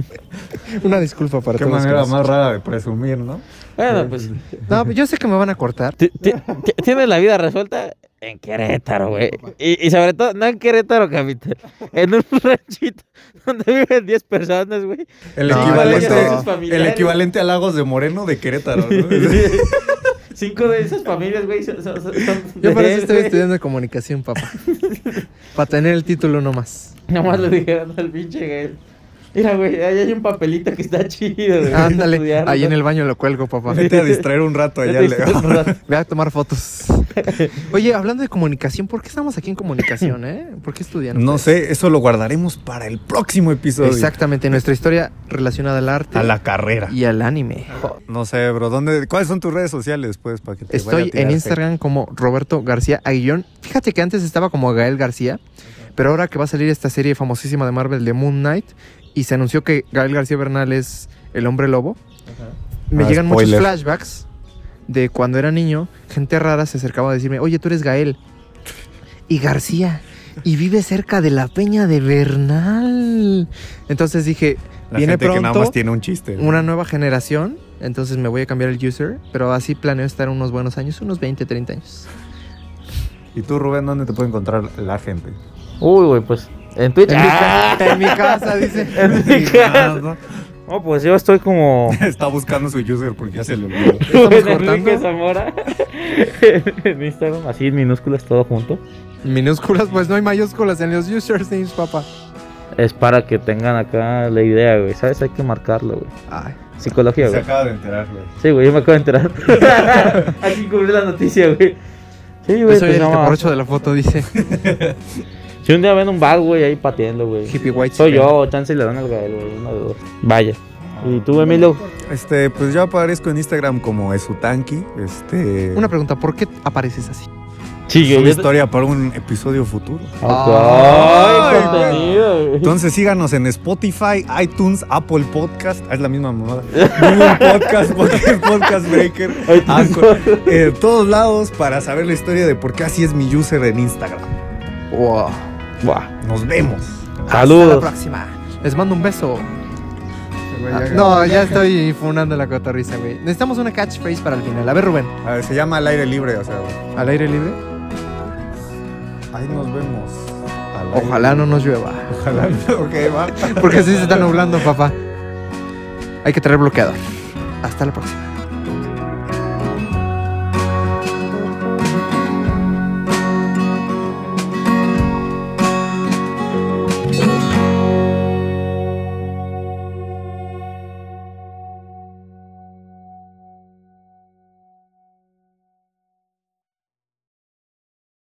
Speaker 2: Una disculpa para
Speaker 1: Qué
Speaker 2: todos. los que
Speaker 1: manera
Speaker 2: nos
Speaker 1: más rara de presumir, ¿no?
Speaker 3: Bueno, pues.
Speaker 2: escuchan. No, yo sé que me van a cortar.
Speaker 3: ti- ti- ti- Tienes la vida resuelta en Querétaro, güey. Y, y sobre todo, no en Querétaro, capital. En un ranchito donde viven 10 personas, güey.
Speaker 1: El,
Speaker 2: No,
Speaker 1: equivalente,
Speaker 2: ellos son sus
Speaker 1: el
Speaker 3: familiares.
Speaker 1: equivalente a Lagos de Moreno de Querétaro, ¿no?
Speaker 3: Cinco de esas familias, güey, son, son- son- son
Speaker 2: Yo
Speaker 3: de
Speaker 2: para eso
Speaker 3: él,
Speaker 2: estoy
Speaker 3: güey.
Speaker 2: estudiando comunicación, papá. para tener el título nomás.
Speaker 3: Nomás le dijeron al pinche güey. Mira, güey, ahí hay un papelito que está chido, güey.
Speaker 2: Ándale,
Speaker 3: Estudiarlo.
Speaker 2: ahí en el baño lo cuelgo, papá.
Speaker 1: Vete a distraer un rato
Speaker 3: Ya
Speaker 1: allá,
Speaker 3: te hice
Speaker 1: Leo.
Speaker 3: un rato.
Speaker 2: Voy a tomar fotos. Oye, hablando de comunicación, ¿por qué estamos aquí en comunicación, eh? ¿Por qué estudian?
Speaker 1: No
Speaker 2: ustedes?
Speaker 1: sé, eso lo guardaremos para el próximo episodio.
Speaker 2: Exactamente, nuestra historia relacionada al arte
Speaker 1: A la carrera.
Speaker 2: y al anime.
Speaker 1: No sé, bro. ¿dónde, ¿Cuáles son tus redes sociales, pues, para que te vaya a
Speaker 2: Estoy
Speaker 1: tirar
Speaker 2: en
Speaker 1: hate?
Speaker 2: Instagram como Roberto García Aguillón. Fíjate que antes estaba como Gael García, pero ahora que va a salir esta serie famosísima de Marvel de Moon Knight y se anunció que Gael García Bernal es el hombre lobo, me
Speaker 1: Ah,
Speaker 2: llegan muchos
Speaker 1: spoiler.
Speaker 2: flashbacks de cuando era niño, gente rara se acercaba a decirme, oye, tú eres Gael y García y vive cerca de la peña de Bernal. Entonces dije,
Speaker 1: La
Speaker 2: viene
Speaker 1: gente que nada
Speaker 2: pronto
Speaker 1: más tiene un chiste. ¿no?
Speaker 2: una nueva generación, entonces me voy a cambiar el user, pero así planeo estar unos buenos años, unos 20, 30 años.
Speaker 1: ¿Y tú, Rubén, dónde te puede encontrar la gente?
Speaker 3: Uy, güey, pues. En Twitch.
Speaker 2: En, mi,
Speaker 3: ¡Ah!
Speaker 2: ca- en mi casa, dice.
Speaker 3: En mi casa. No, pues yo estoy como.
Speaker 1: Está buscando su user porque ya se le olvidó.
Speaker 2: ¿Estamos
Speaker 3: Rubén
Speaker 2: cortando?
Speaker 3: Enrique Zamora. en Instagram, así en minúsculas, todo junto.
Speaker 2: Minúsculas, pues no hay mayúsculas en los usernames, papá.
Speaker 3: Es para que tengan acá la idea, güey. ¿Sabes? Hay que marcarlo, güey.
Speaker 2: Ay,
Speaker 3: Psicología,
Speaker 1: Se
Speaker 3: güey.
Speaker 1: acaba de enterar, güey.
Speaker 3: Sí, güey, yo me acabo de enterar. Hay que cubrir la noticia, güey. Sí,
Speaker 2: yo
Speaker 3: güey,
Speaker 2: soy
Speaker 3: pues
Speaker 2: el
Speaker 3: no,
Speaker 2: caporcho de la foto, dice.
Speaker 3: Si un día ven un bar, güey, ahí pateando, güey.
Speaker 2: Hippie white
Speaker 3: Soy
Speaker 2: chicken.
Speaker 3: yo, o chance le dan al Gael, güey. Una de dos. Vaya. ¿Y tú, Emilio?
Speaker 1: Este, pues yo aparezco en Instagram como Esutanki. Este.
Speaker 2: Una pregunta, ¿por qué apareces así?
Speaker 1: Es
Speaker 3: Chigue,
Speaker 1: una
Speaker 3: yo-
Speaker 1: historia para un episodio futuro.
Speaker 3: Ok,
Speaker 1: Ay,
Speaker 3: contenido, güey.
Speaker 1: Entonces síganos en Spotify, iTunes, Apple Podcast. Ah, Es la misma mamada. Google Podcast, Pocket Podcast Breaker. Anchor, eh, todos lados para saber la historia de por qué así es mi user en Instagram.
Speaker 2: Wow.
Speaker 3: Buah.
Speaker 1: Nos vemos.
Speaker 2: Hasta la
Speaker 3: Saludos.
Speaker 2: próxima. Les mando un beso.
Speaker 1: Este
Speaker 2: Ah, No, ya estoy funando la cotorriza, güey. Necesitamos una catchphrase para el final. A ver, Rubén.
Speaker 1: A ver, se llama al aire libre, o sea. güey.
Speaker 2: Al aire libre.
Speaker 1: Ahí nos vemos. Al aire.
Speaker 2: Ojalá no nos llueva.
Speaker 1: Ojalá. Ok, va.
Speaker 2: Porque sí se está nublando, papá. Hay que traer bloqueador. Hasta la próxima.